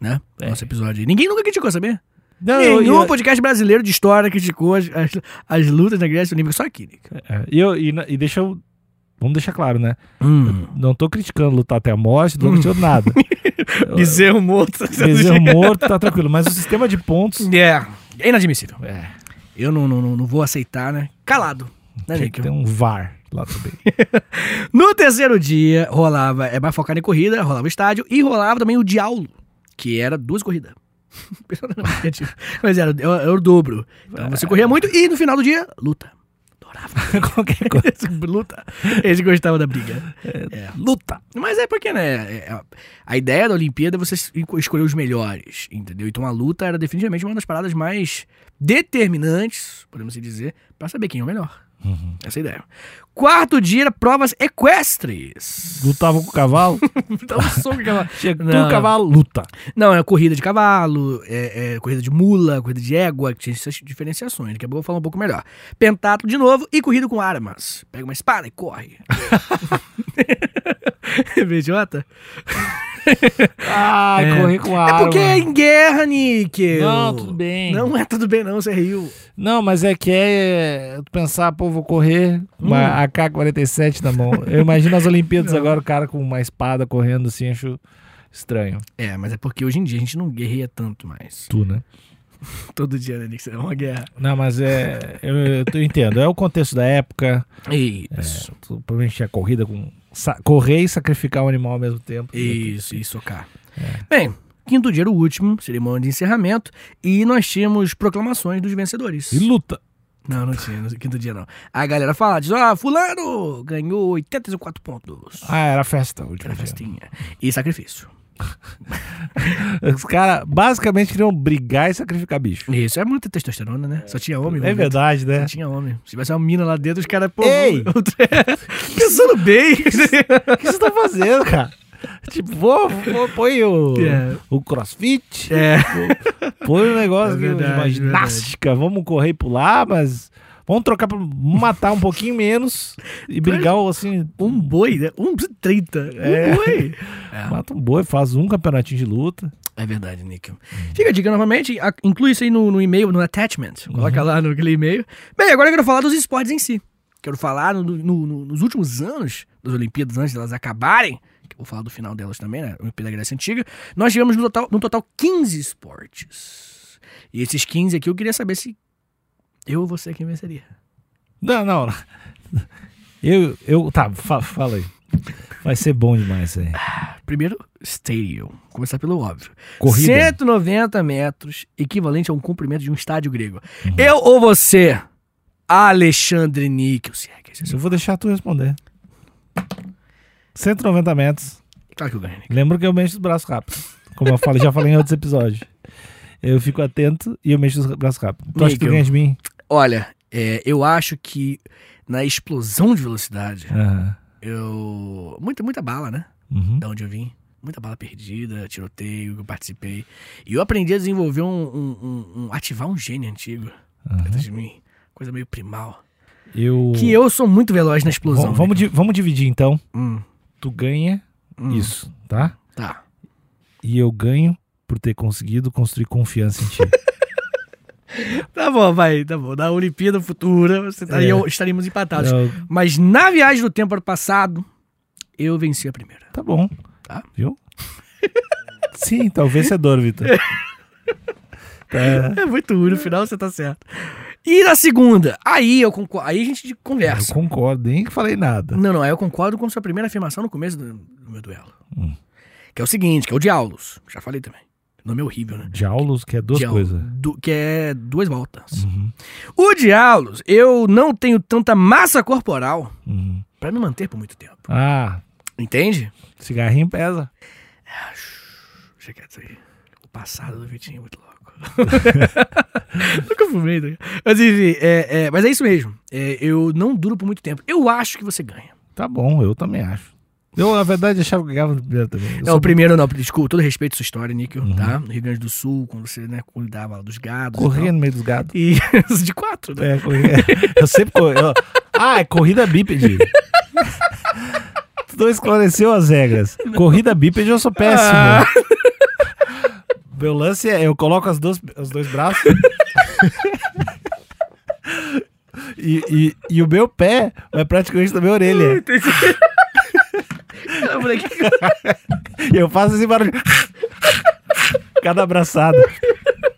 Né? Nosso episódio aí. Ninguém nunca criticou, sabia?
É. Não, eu-
Nenhum
eu-
podcast brasileiro de história criticou as, as, as lutas da Grécia Olímpica. Só aqui, Nick.
É, E, eu, e, na- e deixa eu. Vamos deixar claro, né?
Hum.
Não tô criticando lutar até a morte, não tô criticando nada.
Bezerro morto.
Bezerro morto, tá tranquilo. Mas o sistema de pontos.
É. É inadmissível.
É,
Eu não, não, não, não vou aceitar, né? Calado. Né,
tem
Nick?
que ter um VAR lá também.
No terceiro dia, rolava, é mais focado em corrida, rolava o estádio e rolava também o diálogo, que era duas corridas. Mas era, era, era o dobro. Então você corria muito e no final do dia, luta. Adorava.
Qualquer coisa. É,
Esse luta. Eles gostavam da briga.
Luta.
Mas é porque, né? é- A ideia da Olimpíada é você es- escolher os melhores, entendeu? Então a luta era definitivamente uma das paradas mais determinantes, podemos assim dizer, pra saber quem é o melhor.
Uhum.
Essa é a ideia. Quarto dia era provas equestres.
Lutava com o cavalo.
Dá um soco com aquela-
Chega
Não.
o cavalo, luta.
Não, é corrida de cavalo, é, é corrida de mula, corrida de égua, que tinha essas diferenciações. Daqui a pouco eu vou falar um pouco melhor. Pentatlo de novo e corrida com armas. Pega uma espada e corre. É meio idiota?
Ah,
É.
correr com a
É
arma.
porque é em guerra, Nick.
Não, tudo bem.
Não é tudo bem, não, você riu.
Não, mas é que é tu pensar, pô, vou correr
Hum.
com uma AK-47 na mão. Eu imagino as Olimpíadas agora, o cara com uma espada correndo assim, acho estranho.
É, mas é porque hoje em dia a gente não guerreia tanto mais.
Tu, né?
Todo dia, né, Nick? É uma guerra.
Não, mas é. Eu, eu tô- eu entendo. É o contexto da época.
Isso.
Tu Provavelmente tinha corrida com. sa- correr e sacrificar o animal ao mesmo tempo.
Isso, e socar. Bem, quinto dia era o último, cerimônia de encerramento, e nós tínhamos proclamações dos vencedores.
E luta.
Não, não tinha, no quinto dia não. A galera fala, diz, ó, fulano ganhou 84 pontos.
Ah, era festa. o último
Era
dia.
festinha. E sacrifício.
Os caras basicamente queriam brigar e sacrificar bicho.
Isso, é muita testosterona, né? Só tinha homem.
É
envolvido.
verdade, né?
Só tinha homem. Se tivesse uma mina lá dentro, os caras, pô... é.
Ei!
Pensando bem.
O que vocês estão fazendo, cara? Tipo, vou, vou, põe o,
É.
o crossfit,
é.
põe o negócio
É
aqui,
verdade,
uma ginástica, vamos correr e pular, mas vamos trocar pra matar um pouquinho menos
Então
e
é
brigar assim.
Um boi, né? Um de 30.
É.
Um boi.
Mata um boi, faz um campeonatinho de luta.
É verdade, Nick. Fica a dica novamente, a- inclui isso aí no, no e-mail, no attachment. Coloca lá no aquele e-mail. Bem, agora eu quero falar dos esportes em si. Quero falar no- no- no- nos últimos anos das Olimpíadas, antes delas acabarem, que eu vou falar do final delas também, né? Olimpíada da Grécia Antiga. Nós tivemos no total, no total 15 esportes. E esses 15 aqui eu queria saber se eu ou você quem venceria.
Não, não. Eu, eu, tá, fa- fala aí. Vai ser bom demais isso aí.
Primeiro, stadium. Começar pelo óbvio.
Corrida.
190 metros, equivalente a um comprimento de um estádio grego.
Uhum.
Eu ou você, Alexandre Níquel, se é que esse é o seu-
Eu vou deixar tu responder. 190 metros.
Claro que eu né? ganho, Nick.
Lembro que eu mexo os braços rápido. Como eu falei, já falei em outros episódios. Eu fico atento e eu mexo os braços rápido. Tu acha que tu
Níquel.
ganha de mim?
Olha, é, eu acho que na explosão de velocidade,
Aham.
eu... Muita, muita bala, né?
Uhum.
Da onde eu vim. Muita bala perdida, tiroteio, que eu participei. E eu aprendi a desenvolver um... um- um- um- ativar um gene antigo dentro
Uhum.
de mim. Coisa meio primal.
Eu...
Que eu sou muito veloz na
Vam-
explosão.
vamos, di- vamos dividir então.
Hum,
Tu ganha
hum.
isso, tá?
Tá.
E eu ganho por ter conseguido construir confiança em ti.
Tá bom, vai, tá bom. Na Olimpíada futura, você tá-
É.
eu- estaremos empatados.
Eu-
Mas na viagem do tempo para o passado, eu venci a primeira.
Tá bom.
Tá.
Viu? Sim, tá o vencedor, Vitor.
É muito ruim, no final você tá certo. E na segunda, aí eu concordo, aí a gente conversa.
Eu concordo, nem falei nada.
Não, não, aí eu concordo com sua primeira afirmação no começo do, do meu duelo. Que é o seguinte, que é o Diaulos. Já falei também. Nome horrível, né?
Diaulos, que é duas
Diau-
coisas. Uhum,
du- que é duas
Hum.
voltas. O Diaulos, eu não tenho tanta massa corporal
Uhum.
pra me manter por muito tempo.
Ah,
Entende?
cigarrinho pesa.
Deixa quieto isso aí. O passado do Vitinho é muito louco. Nunca fumei, né? Mas enfim, é, é, mas é isso mesmo. É, eu não duro por muito tempo. Eu acho que você ganha.
Tá bom, eu também acho. Eu, na verdade, achava que ganhava no primeiro também. Eu
É, o
sou-
primeiro não, desculpa, todo respeito à sua história, Níquel, tá? No Rio Grande do Sul, quando você, né, cuidava lá dos gados. e
Corria no meio dos gatos.
tal. E de quatro, né?
É, corria. Eu sempre corri. eu- Ah, é corrida bípede. tu não esclareceu as regras. Corrida bípede eu sou péssimo.
Ah.
Meu lance é, eu coloco as duas, os dois braços. E, e, e o meu pé vai praticamente na minha
É.
orelha.
Eu falei, que-
E eu faço esse barulho. Cada abraçada.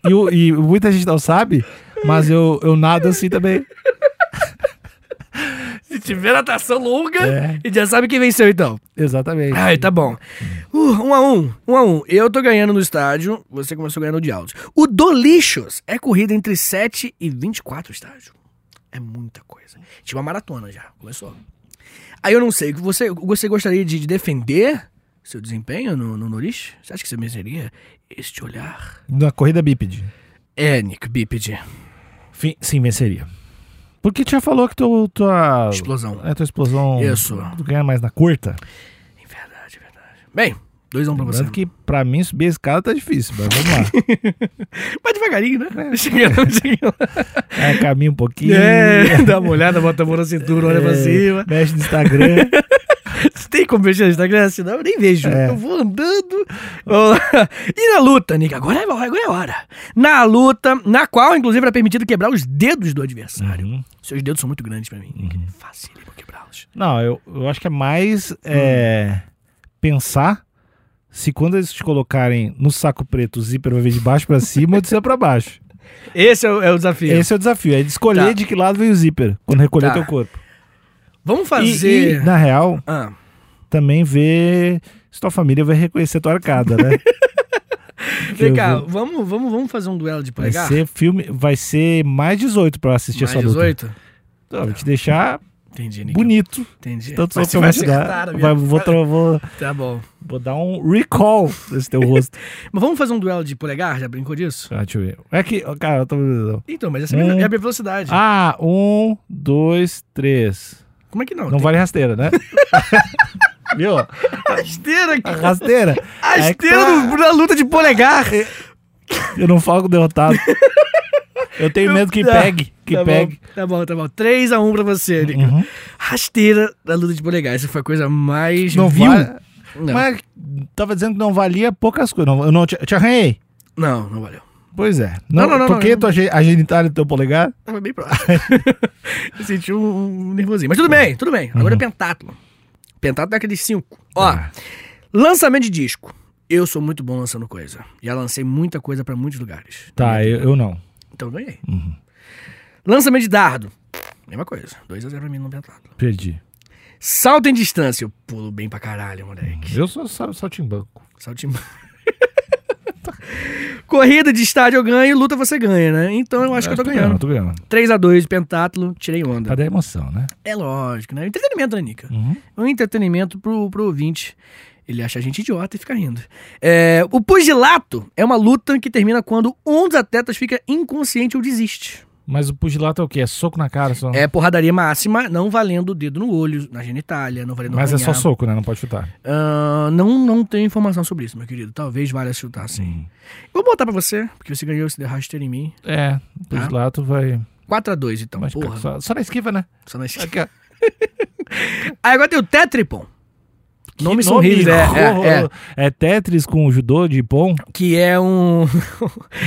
E, o- e muita gente não sabe, mas eu, eu nado assim também.
Se tiver natação longa,
É.
e já sabe quem venceu, então.
Exatamente.
Ai, tá bom. Uh, um a um, um a um. Eu tô ganhando no estádio, você começou ganhando de áudio. O do lixos é corrida entre 7 e 24 estádio. É muita coisa. Tinha uma maratona já, começou. Aí eu não sei, você, você gostaria de, de defender seu desempenho no, no, no lixo? Você acha que você mereceria este olhar?
Na corrida bípede.
É, Nick, bípede.
Fi- Sim, venceria. Porque tu já falou que tu, tua.
Explosão.
É tua explosão.
Isso.
Tu ganha mais na curta.
É verdade, é verdade. Bem, dois a um pra você.
Lembrando que pra mim subir a escada tá difícil, mas vamos lá.
Mas devagarinho, né? Chegando, chegando.
É, caminha um pouquinho.
É, dá uma olhada, bota a mão na cintura, olha pra
É,
cima.
Mexe no Instagram.
Você tem como mexer no Instagram? Senão eu nem vejo.
É.
Eu vou andando. Vamos lá. E na luta, Nick? Agora é, agora é a hora. Na luta, na qual, inclusive, era permitido quebrar os dedos do adversário.
Uhum.
Seus dedos são muito grandes pra mim. Fácil quebrá-los.
Não, eu, eu acho que é mais é, pensar se quando eles te colocarem no saco preto, o zíper vai vir de baixo pra cima ou de cima pra baixo.
Esse é o, é o desafio.
Esse é o desafio. É de escolher
Tá.
de que lado vem o zíper quando recolher
Tá.
teu corpo.
Vamos
E-
fazer.
e, na real,
Ah,
também ver se tua família vai reconhecer tua arcada, né? Porque
vem cá,
eu vou-
vamos, vamos, vamos fazer um duelo de
Vai
polegar?
ser filme, vai ser mais 18 pra assistir
Mais
essa luta.
18?
Então, vou te deixar
Entendi, Nick.
bonito.
Entendi.
Tanto
Mas
soco que eu vou te
acertar
dar.
a minha-
Vai- vou, tra- vou-
Tá bom.
vou dar um recall nesse teu rosto.
Mas vamos fazer um duelo de polegar? Já brincou disso?
ah, deixa eu ver. É que, ó, cara, eu tô...
Então, mas essa é a minha,
Um.
é a minha velocidade.
Ah, um, dois, três.
Como é que não?
Não
Tem
vale rasteira, né? Viu?
rasteira aqui.
Rasteira.
A
É que
esteira
tá-
do- da luta de polegar.
Eu não falo com o derrotado. Eu tenho medo que
Tá,
pegue. Que
tá
pegue.
Bom, tá bom, tá bom. 3x1 pra você, Nico.
Uhum.
Rasteira da luta de polegar. Essa foi a coisa mais.
Não
vil.
vale-
Não,
Mas tava dizendo que não valia poucas coisas. Não, eu não te, te arranhei.
não, não valeu.
Pois é. Não,
Não, não, não,
toquei
não.
tua ge- a genitália do teu polegar.
Tava bem próximo. Eu senti um, um nervosinho. Mas tudo bem, tudo bem. Agora é pentátulo. Pentátulo é aqueles 5. Ó,
Uhum. Ah.
lançamento de disco. Eu sou muito bom lançando coisa. Já lancei muita coisa pra muitos lugares.
Tá, eu, eu não.
Então eu ganhei.
Uhum.
Lançamento de dardo. Mesma coisa. 2x0 pra mim no pentátulo.
Perdi.
Salto em distância. Eu pulo bem pra caralho, moleque.
Eu sou sal- saltimbanco.
Saltimba- Corrida de estádio eu ganho, luta você ganha, né? Então eu acho que eu tô ganhando.
É, Tô ganhando.
3x2, pentátulo, tirei onda.
Cadê a emoção, né?
É lógico, né? Entretenimento, né, Nica?
Uhum.
Um entretenimento pro, pro ouvinte. Ele acha a gente idiota e fica rindo. É, o pugilato é uma luta que termina quando um dos atletas fica inconsciente ou desiste.
Mas o pugilato é o quê? É soco na cara só?
É porradaria máxima, não valendo o dedo no olho, na genitália, não valendo
Mas é só
arranhar.
soco, né? Não pode chutar.
Ah, não, não tenho informação sobre isso, meu querido. Talvez valha chutar, sim. Vou botar pra você, porque você ganhou esse The rasteiro em mim.
É, o pugilato vai.
4x2, Ah. então.
mais
Porra,
perto. Só, só na esquiva, né?
só na esquerda.
Aqui, ó.
Aí agora tem o Tetripon.
Que
Nomes são horríveis, é, é, é.
é Tetris com judô de pom?
Que é um.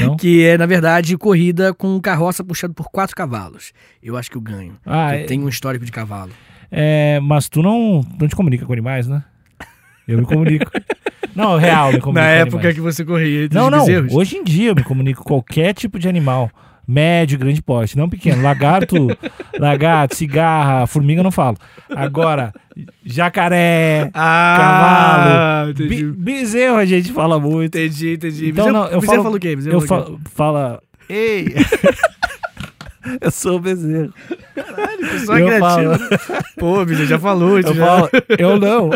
Não?
que é, na verdade, corrida com carroça puxado por quatro cavalos. Eu acho que eu ganho.
Ah, é-
eu tenho um histórico de cavalo.
É, mas tu não, não te comunica com animais, né? Eu me comunico. Não, real, me comunico
Na
com
época
animais.
que você corria entre
Não,
os
não.
bezerros.
Hoje em dia eu me comunico com qualquer tipo de animal. Médio, grande porte, não pequeno. Lagarto, lagarto, cigarra, formiga eu não falo. Agora, jacaré,
Ah,
cavalo,
entendi.
bi- bezerro a gente fala muito.
Entendi, entendi.
Então,
Bezerro-
não, eu
bezerro
falo-
falou o quê? Bezerro é
Eu
falou o quê?
falo, fala, ei, eu sou o bezerro.
Só
eu
criativo.
falo-
Pô, bezerro, já falou.
Eu
já...
falo, eu não,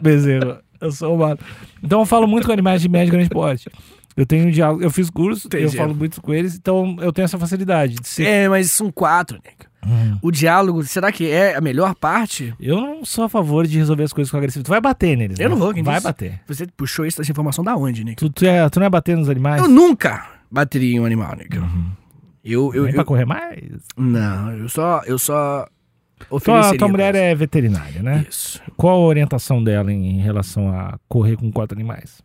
bezerro. Eu sou humano. Então eu falo muito com animais de médio e grande porte. Eu tenho um diálogo, eu fiz curso, eu
Entendi.
falo muito com eles, então eu tenho essa facilidade de ser.
É, mas são quatro, nego.
Hum.
O diálogo, será que é a melhor parte?
Eu não sou a favor de resolver as coisas com agressividade. Tu vai bater neles.
Eu
né?
não vou, quem
Vai
disse?
bater.
Você puxou isso, essa informação da onde, nego?
Tu, tu, é, tu não é bater nos animais?
Eu nunca bateria em um animal, nego. Eu, eu,
Uhum. Nem
eu-
pra correr mais?
Não, eu só, eu só
Tua,
ofereceria.
tua mulher é veterinária, né?
Isso.
Qual a orientação dela em relação a correr com quatro animais?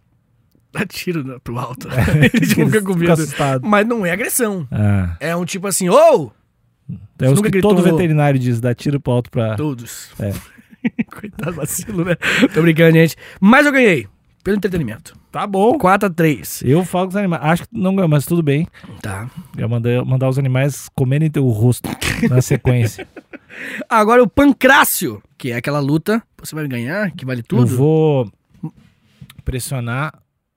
Dá tiro na- pro alto. Ele fica com
É, Fica
medo.
assustado.
Mas não é agressão.
Ah,
É um tipo assim, ou
é o
nunca
que
gritou-
todo veterinário diz, dá tiro pro alto pra...
todos.
É.
Coitado, vacilo, né? Tô brincando, gente. Mas eu ganhei. Pelo entretenimento.
Tá bom.
4x3.
Eu falo com os animais. Acho que não ganhou, mas tudo bem.
Tá.
Eu mandei mandar os animais comerem teu rosto na sequência.
Agora o pancrácio, que é aquela luta. Você vai ganhar, que vale
Eu
tudo.
vou pressionar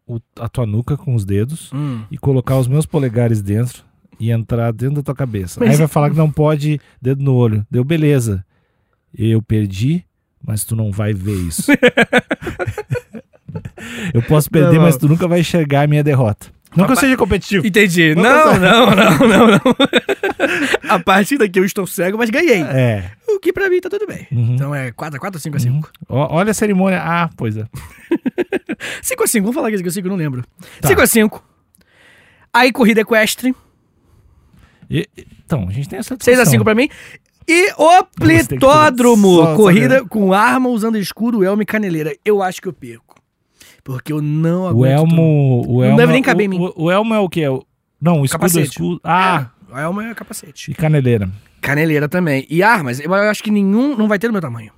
o- a tua nuca com os dedos.
Hum.
e colocar os meus polegares dentro e entrar dentro da tua cabeça.
Mas-
Aí vai falar que não pode dedo no olho. Deu beleza. Eu perdi, mas tu não vai ver isso. eu posso perder,
bom.
mas tu nunca vai enxergar a minha derrota. Não que eu seja competitivo.
Entendi. Não, não, não, não, não. a partir daqui eu estou cego, mas ganhei.
É.
O que pra mim tá tudo bem.
Uhum.
Então é 4x4 ou 5x5?
Ó, olha a cerimônia. Ah, pois é.
5x5, vamos falar que é 5x5, eu não lembro.
Tá.
5x5. Aí corrida equestre,
E- então, a gente tem essa discussão.
6x5 pra mim. E o
Você tem que
plitódromo,
só- só
corrida com arma usando escudo, elmo e caneleira. Eu acho que eu perco. Porque eu não aguento.
O Elmo... O
né, Não
elmo
deve nem caber em mim.
o, o, o Elmo é o quê? O- Não, o escudo é
Capacete.
escudo.
Ah,
Ah,
o elmo é capacete.
e caneleira.
Caneleira também. E armas, eu acho que nenhum não vai ter do meu tamanho.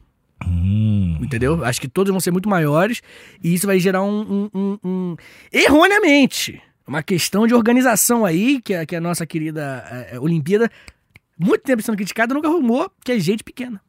Hum.
Entendeu? Acho que todos vão ser muito maiores e isso vai gerar um. um- um- um- Erroneamente! Uma questão de organização aí, que a, que a nossa querida eh, eh, Olimpíada, muito tempo sendo criticada, nunca arrumou, que é gente pequena.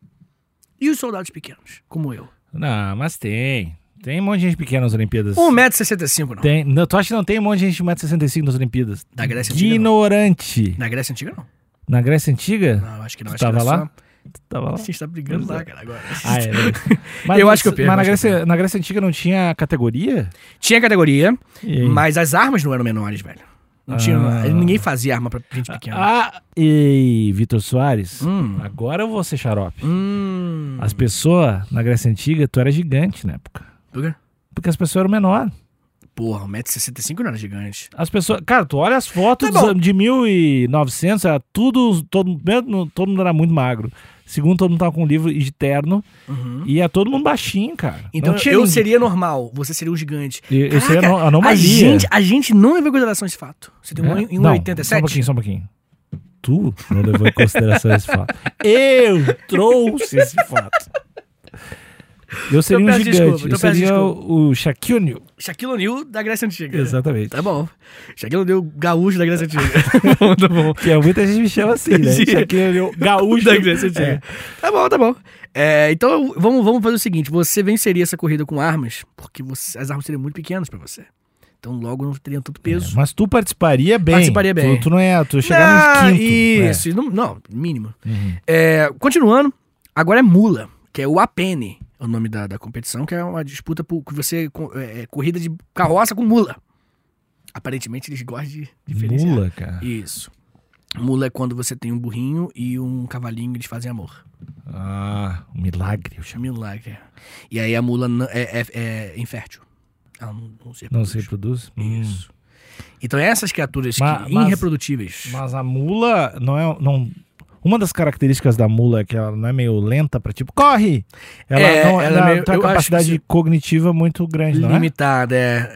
E os soldados pequenos, como eu.
Não, mas tem. Tem um monte de gente pequena nas Olimpíadas.
1,65m, não.
Tem, não, tu acha que não tem um monte de gente de 1,65m nas Olimpíadas?
Da Grécia Antiga, É não.
Ignorante.
Na Grécia Antiga, não.
Na Grécia Antiga?
Não, acho que não.
Tu
Acho que
tava
era
lá?
só-
Tu Tava lá?
A gente tá brigando
Pois
lá,
é.
cara, agora.
Ah, é. verdade. Mas,
Eu acho que eu perco,
Mas na
acho que eu
Grécia, na Grécia Antiga não tinha categoria?
Tinha categoria,
E aí?
mas as armas não eram menores, velho. Não tinha.
Ah.
Ninguém fazia arma pra gente pequena.
Ah, ei, Vitor Soares.
Hum.
Agora eu vou ser xarope.
Hum.
As pessoas, na Grécia Antiga, tu era gigante na época.
Por quê?
Porque as pessoas eram menores.
Porra, 1,65m não era gigante.
As pessoas. Cara, tu olha as fotos
Tá bom.
dos- de 1900, era tudo. Todo, primeiro, todo mundo era muito magro. Segundo, todo mundo tava com um livro e de terno. E é todo mundo baixinho, cara.
Então
Não tinha
eu
ninguém.
seria normal, você seria um gigante.
Eu, eu seria
Caraca,
ano- anomalia.
A gente, a gente não levou em consideração esse fato. Você tem um
É?
em
Não, Só um
1,87?
pouquinho, só um pouquinho. Tu não levou em consideração esse fato. Eu trouxe esse fato. Eu seria um
peço
gigante.
desculpa,
eu
então peço
seria
desculpa.
o o Shaquille O'Neal.
Shaquille O'Neal da Grécia Antiga.
Exatamente.
Tá bom. Shaquille O'Neal gaúcho da Grécia Antiga. tá bom, tá bom.
Que é, muita gente me chama assim, né?
Sim.
Shaquille O'Neal, gaúcho.
Da Grécia Antiga.
É.
Tá bom, tá bom. É, então vamos, vamos fazer o seguinte: você venceria essa corrida com armas, porque você- as armas seriam muito pequenas pra você. Então logo não teriam tanto peso.
Mas tu participaria bem.
Participaria bem.
Tu, tu não é, tu chegar
Ah,
no quinto. é.
Isso, não, não, mínimo.
Uhum.
É, continuando, agora é mula, que é o apene, é o nome da, da competição, que é uma disputa por que você co- é, é, corrida de carroça com mula. Aparentemente eles gostam de
É.
diferenciar.
Mula, cara.
Isso. Mula é quando você tem um burrinho e um cavalinho e eles fazem amor.
Ah, um milagre. Eu chamo.
Milagre. E aí a mula n- é, é- é infértil. Ela não, não se
Não
reproduz.
se reproduz? Hum.
Isso. Então essas criaturas
Ma-
que
mas-
irreprodutíveis.
Mas a mula não é. Não... Uma das características da mula é que ela não é meio lenta pra tipo, corre! Ela
É,
não
ela é
ela
meio-
tem
eu
uma
acho que
capacidade cognitiva muito grande, não é?
Limitada, é,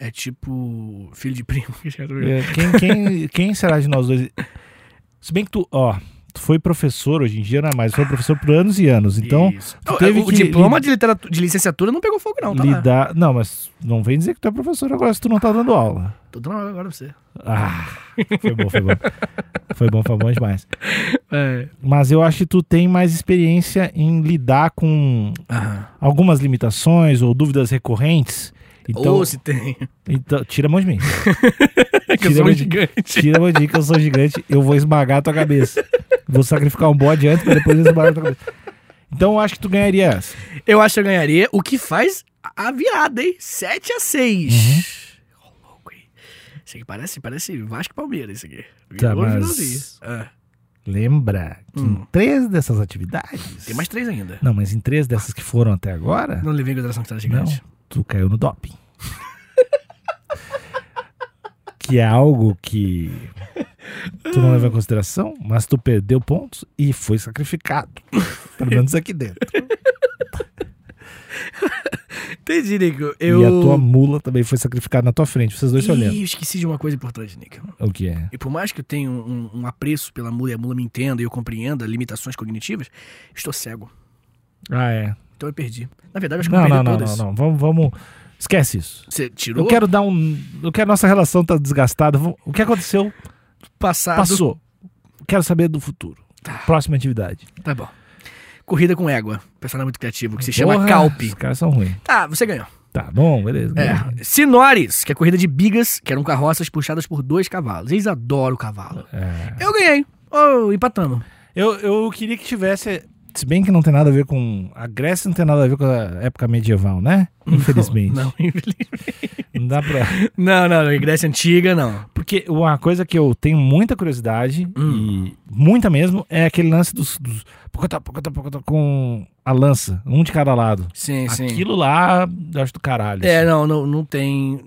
é. É tipo filho de primo.
É, Quem, quem, quem será de nós dois? Se bem que tu, ó, tu foi professor, hoje em dia não é mais, tu foi professor por anos e anos. Então,
Isso.
tu teve
o
que
diploma
li-
de, literatura, de licenciatura não pegou fogo, não, tá? lá.
lidar. Não, mas não vem dizer que tu é professor agora se tu não tá dando aula.
Tô dando aula agora pra você.
Ah, foi bom, foi bom. Foi bom, foi bom demais.
É.
Mas eu acho que tu tem mais experiência em lidar com algumas limitações ou dúvidas recorrentes. Então,
Ou se tem.
então tira a mão de mim.
É que eu
Tira
sou
uma
um
de-
gigante.
Tira a mão de mim que eu sou gigante, eu vou esmagar a tua cabeça. Vou sacrificar um bode antes pra depois esmagar a tua cabeça. Então eu acho que tu ganharia essa.
Eu acho que eu ganharia, o que faz a virada, hein? 7 a 6
Uhum.
Ô, louco, hein? Isso aqui parece, parece Vasco e Palmeiras, isso aqui.
Tá,
Virou no
mas-
finalzinho. Ah,
Lembra que em três dessas atividades.
Hum. tem mais três ainda.
Não, mas em três dessas que foram até agora,
Não levei em consideração que tá
não,
gigante.
tu caiu no doping. que é algo que tu não leva em consideração, mas tu perdeu pontos e foi sacrificado. Pelo menos aqui dentro.
Entendi, Nico. Eu...
E a tua mula também foi sacrificada na tua frente, vocês dois se olhando.
Ih, eu esqueci de uma coisa importante, Nico.
O que é?
E por mais que eu tenha um, um- um apreço pela mula e a mula me entenda e eu compreenda limitações cognitivas, estou cego.
Ah, é.
Então eu perdi. Na verdade, eu acho que eu
Não,
perdi
não, não, não,
todas.
não. Vamos, vamos. Esquece isso.
Você tirou
Eu quero dar um. Eu quero. Nossa relação tá desgastada. Vamos- O que aconteceu?
passado.
Passou. Quero saber do futuro.
Tá.
Próxima atividade.
Tá bom. Corrida com égua. Personagem muito criativo, que se chama
Porra,
Calpe.
Os caras são ruins.
Tá, você ganhou.
Tá bom, beleza. beleza.
É. Sinores, que é corrida de bigas, que eram carroças puxadas por dois cavalos. Eles adoram cavalo.
É.
Eu ganhei. Oh, empatamos.
Eu, eu queria que tivesse. Se bem que não tem nada a ver com. A Grécia não tem nada a ver com a época medieval, né? Infelizmente.
Não, infelizmente.
Não dá pra.
Não, não, não. Grécia Antiga, não.
Porque uma coisa que eu tenho muita curiosidade,
Hum.
e muita mesmo, é aquele lance dos. dos pocotó, pocotó, pocotó, com a lança, um de cada lado.
Sim, sim.
Aquilo lá, eu acho do caralho.
É,
assim.
não, não, não tem.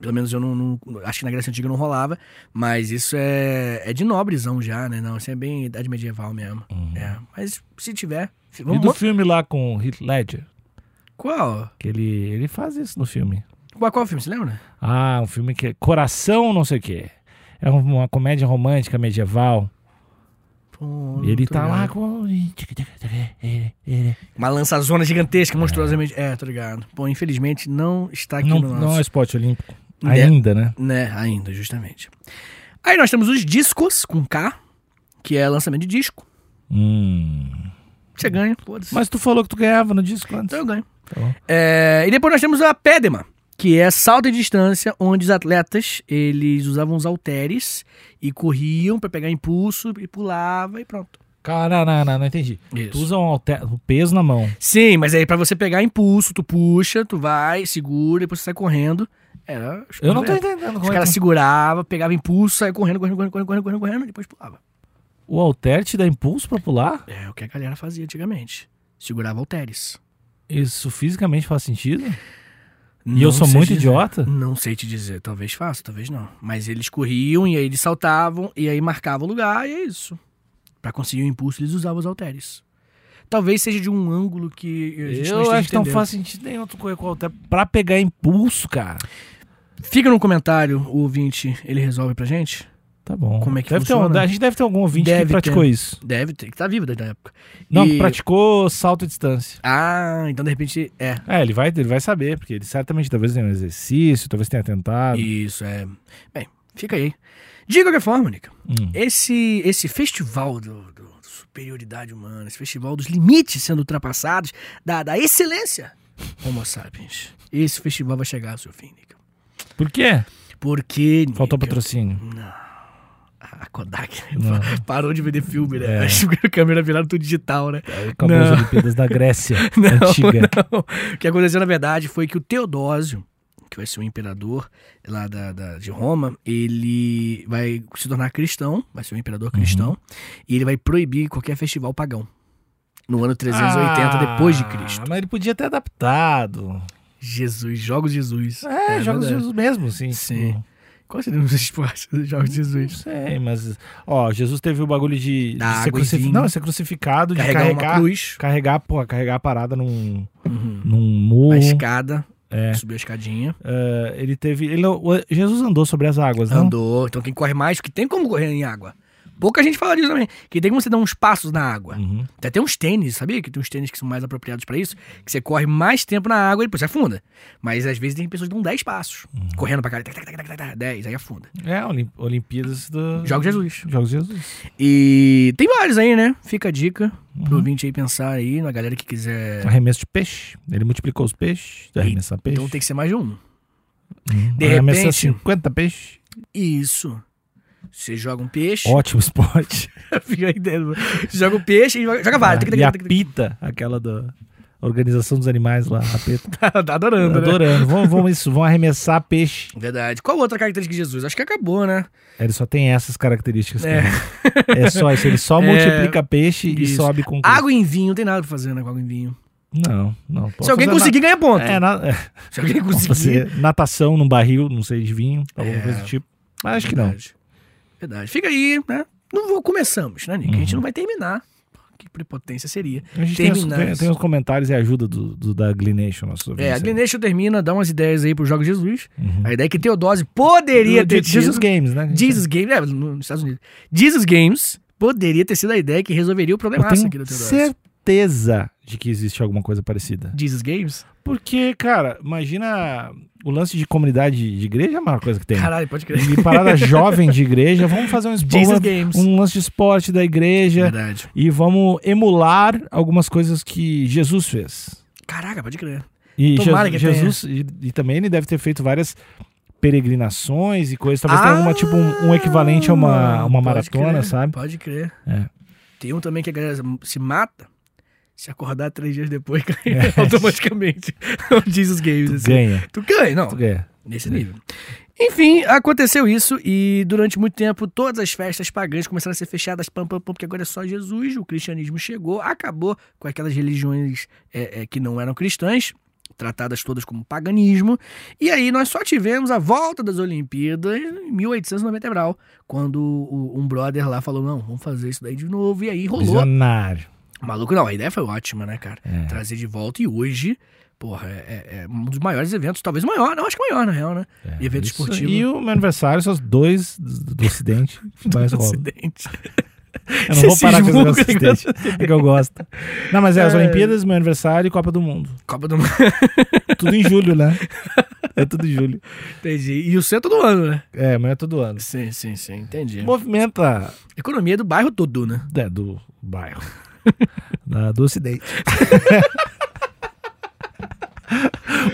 Pelo menos eu não, não- Acho que na Grécia Antiga não rolava. Mas isso é, é de nobrezão já, né? Não, isso é bem idade medieval mesmo. É. Mas se tiver. se-
Uhum. E
Vamos,
do filme lá com o Heath Ledger,
Qual?
que ele, ele faz isso no filme.
Qual, qual filme? Você lembra?
Ah, um filme que é Coração não sei o quê. É um- uma comédia romântica medieval.
Pô,
E ele
tô
tá lá
ligado.
com...
Uma lançazona gigantesca, monstruosamente. É, tô ligado. Pô, infelizmente não está aqui
Não,
no
não é
nosso.
esporte olímpico.
É.
Ainda, né?
Né, ainda, justamente. Aí nós temos os discos com K, que é lançamento de disco.
Hum.
Você ganha, foda-se.
Mas tu falou que tu ganhava no disco antes.
Então eu ganho.
Tá bom.
É, e depois nós temos a Pedema, que é salto em distância, onde os atletas eles usavam os halteres e corriam pra pegar impulso e pulava e pronto.
Cara, não, não, não entendi. Tu
Isso.
usa um alter- o peso na mão.
Sim, mas aí pra você pegar impulso, tu puxa, tu vai, segura, depois você sai correndo. É, Era-
Eu não tô entendendo
Os
como é
caras
que...
seguravam, pegavam impulso, saia correndo, correndo, correndo, correndo, correndo, correndo, correndo, e depois pulava.
O alter te dá impulso pra pular?
É o que a galera fazia antigamente. Segurava halteres.
Isso fisicamente faz sentido? E
Não
eu sou
sei
muito
te dizer.
idiota?
Não sei te dizer, talvez faça, talvez não. Mas eles corriam e aí eles saltavam e aí marcavam o lugar e é isso. Pra conseguir o impulso eles usavam os halteres. Talvez seja de um ângulo que a gente não
Eu
esteja
acho que não
entendendo.
faz sentido nenhum tu correr com o alter pra pegar impulso, cara.
Fica no comentário, o ouvinte, ele resolve pra gente?
Tá bom.
Como é que
deve ter
funciona?
um- a gente deve ter algum ouvinte
Deve
que
ter.
praticou isso.
Deve ter, que tá vivo desde a época.
Não,
E-
que praticou salto à distância.
Ah, então de repente é.
É, ele vai, ele vai saber, porque ele certamente talvez tenha um exercício, talvez tenha tentado.
Isso, é. Bem, fica aí. De qualquer forma, Nica,
Hum.
esse, esse festival do, do- do superioridade humana, esse festival dos limites sendo ultrapassados, da, da excelência, Homo sapiens, esse festival vai chegar ao seu fim, Nica.
Por quê?
Porque.
Faltou
Nica,
patrocínio.
Ah, A Kodak né?
Não.
parou de vender filme,
É.
né? Acho que a câmera virada tudo digital, né?
Acabou
Não.
as É, Olimpíadas da Grécia
Não,
antiga.
não. O que aconteceu, na verdade, foi que o Teodósio, que vai ser o imperador lá da, da- de Roma, ele vai se tornar cristão, vai ser um imperador
Uhum.
cristão, e ele vai proibir qualquer festival pagão. No ano 380 depois de Cristo.
Ah, Mas ele podia ter adaptado.
Jesus, Jogos de Jesus.
É, jogos de
verdade.
Jesus mesmo, sim.
Sim.
Tipo,
Qual seria os esportes dos Jogos de
Não
Jesus?
sei, mas. Ó, Jesus teve o bagulho de,
Da
de ser,
água e
crucif-
vinho.
não, ser crucificado, de
Carregar, uma
carregar.
cruz,
Carregar, porra, carregar a parada num,
uhum.
num morro.
uma escada, subir a escadinha.
É, ele teve. ele- o- Jesus andou sobre as águas, né? não?
Andou. Então quem corre mais, que tem como correr em água. Pouca gente fala disso também. Que tem como você dar uns passos na água.
Uhum.
Tem até uns tênis, sabia? Que tem uns tênis que são mais apropriados pra isso. Que você corre mais tempo na água e depois você afunda. Mas às vezes tem pessoas que dão 10 passos.
Uhum.
Correndo pra caralho. tac, tac, tac, tac, tac, tac, 10, aí afunda.
É, Olim- Olimpíadas do.
Jogos Jesus.
Jogos de Jesus.
E tem vários aí, né? Fica a dica
Uhum.
pro ouvinte aí pensar aí, na galera que quiser.
É. Arremesso de peixe. Ele multiplicou os peixes. Arremessa peixe.
Então tem que ser mais de um.
Uhum.
de
Arremessa
repente-
50 peixes.
Isso. Você joga um peixe.
Ótimo esporte. Ah,
Fica aí dentro. Você joga um peixe e joga, joga vários.
e a pita, aquela da organização dos animais lá, a pita.
tá adorando, né?
Adorando. Vão, vão isso, vão arremessar peixe.
Verdade. Qual outra característica de Jesus? Acho que acabou, né?
Ele só tem essas características.
É.
cara. É só isso. Ele só
É,
multiplica peixe
isso.
e sobe com.
Água em vinho, não tem nada pra fazer, né? Com água em vinho.
Não, não. posso
Se alguém
fazer
conseguir, ganha
na-
ponto.
É, na... é,
Se alguém
posso
conseguir.
fazer natação num barril, não sei, de vinho, alguma
É.
coisa do tipo. Mas acho que não.
Verdade. Verdade. Fica aí, né? Não vou, começamos, né, Nick? A
Uhum.
gente não vai terminar. Que prepotência seria.
A gente tem os,
terminar.
tem,
isso.
tem os comentários e a ajuda do, do- da Glination, nosso ouvinte.
É, a Glination termina, dá umas ideias aí pro Jogo Jesus.
Uhum.
A ideia é que Teodose
Do-
poderia
de-
ter tido.
Jesus Games, né?
Jesus Games, é, nos Estados Unidos. Jesus Games poderia ter sido a ideia que resolveria o
Eu
problemaço aqui do
tenho
Teodose.
certeza de que existe alguma coisa parecida.
Jesus Games?
Porque, cara, imagina o lance de comunidade de igreja é a maior coisa que tem.
Caralho, pode crer.
E parada jovem de igreja, vamos fazer um
Jesus
esporte,
Games.
um lance de esporte da igreja
Verdade.
e vamos emular algumas coisas que Jesus fez.
Caraca, pode crer.
E
Tomara
Je-
que tenha.
Jesus e, e também ele deve ter feito várias peregrinações e coisas, talvez tenha alguma tipo um, um equivalente a uma, uma
Ah, Pode
maratona,
crer,
sabe?
Pode crer.
É.
Tem um também que a galera se mata. Se acordar três dias depois, cai
É.
automaticamente. O Jesus Games.
Tu
assim.
ganha,
Tu ganha, não.
tu ganha.
Nesse nível. Enfim, aconteceu isso e durante muito tempo todas as festas pagãs começaram a ser fechadas, pam, pam, pam, porque agora é só Jesus, o cristianismo chegou, acabou com aquelas religiões é, é, que não eram cristãs, tratadas todas como paganismo. E aí nós só tivemos a volta das Olimpíadas em 1890 e brau, quando o- um brother lá falou, não, vamos fazer isso daí de novo, e aí rolou.
Visionário.
Maluco, não, a ideia foi ótima, né, cara?
É.
Trazer de volta e hoje, porra, é, é- é um dos maiores eventos, talvez o maior, não, acho que o maior, na real, né?
É,
Evento
isso.
esportivo.
E o meu aniversário são os dois do, do Ocidente que mais rolam.
acidente.
Eu não
Você
vou parar com esse
cismou
negócio
com o
de Ocidente. É que eu gosto. Não, mas é as
É.
Olimpíadas, meu aniversário e Copa do Mundo.
Copa do Mundo.
Tudo em julho, né? É tudo em julho.
Entendi. E o centro do ano, né?
É, mas é todo ano.
Sim, sim, sim. Entendi.
Movimenta
Economia do bairro todo, né?
é, do bairro. Da- do Ocidente.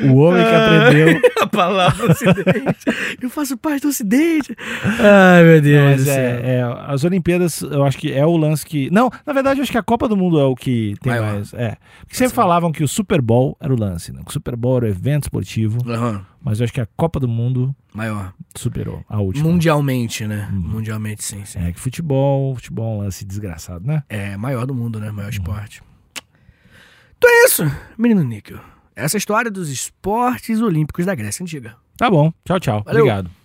o homem que aprendeu.
A palavra ocidente. Eu faço parte do ocidente. Ai, meu Deus
Mas
do céu.
é, é, as Olimpíadas, eu acho que é o lance que. Não, na verdade, eu acho que a Copa do Mundo é o que tem
Maior.
mais. É. Porque sempre falavam que o Super Bowl era o lance, né? Que o Super Bowl era o evento esportivo,
Aham,
mas eu acho que a Copa do Mundo
Maior.
superou a última.
Mundialmente, né? Mundialmente, sim, sim.
É que futebol, futebol é um lance desgraçado, né?
É maior do mundo, né? Maior esporte. Então é isso, menino Níquel. Essa é a história dos esportes olímpicos da Grécia Antiga.
Tá bom. Tchau, tchau.
Valeu.
Obrigado.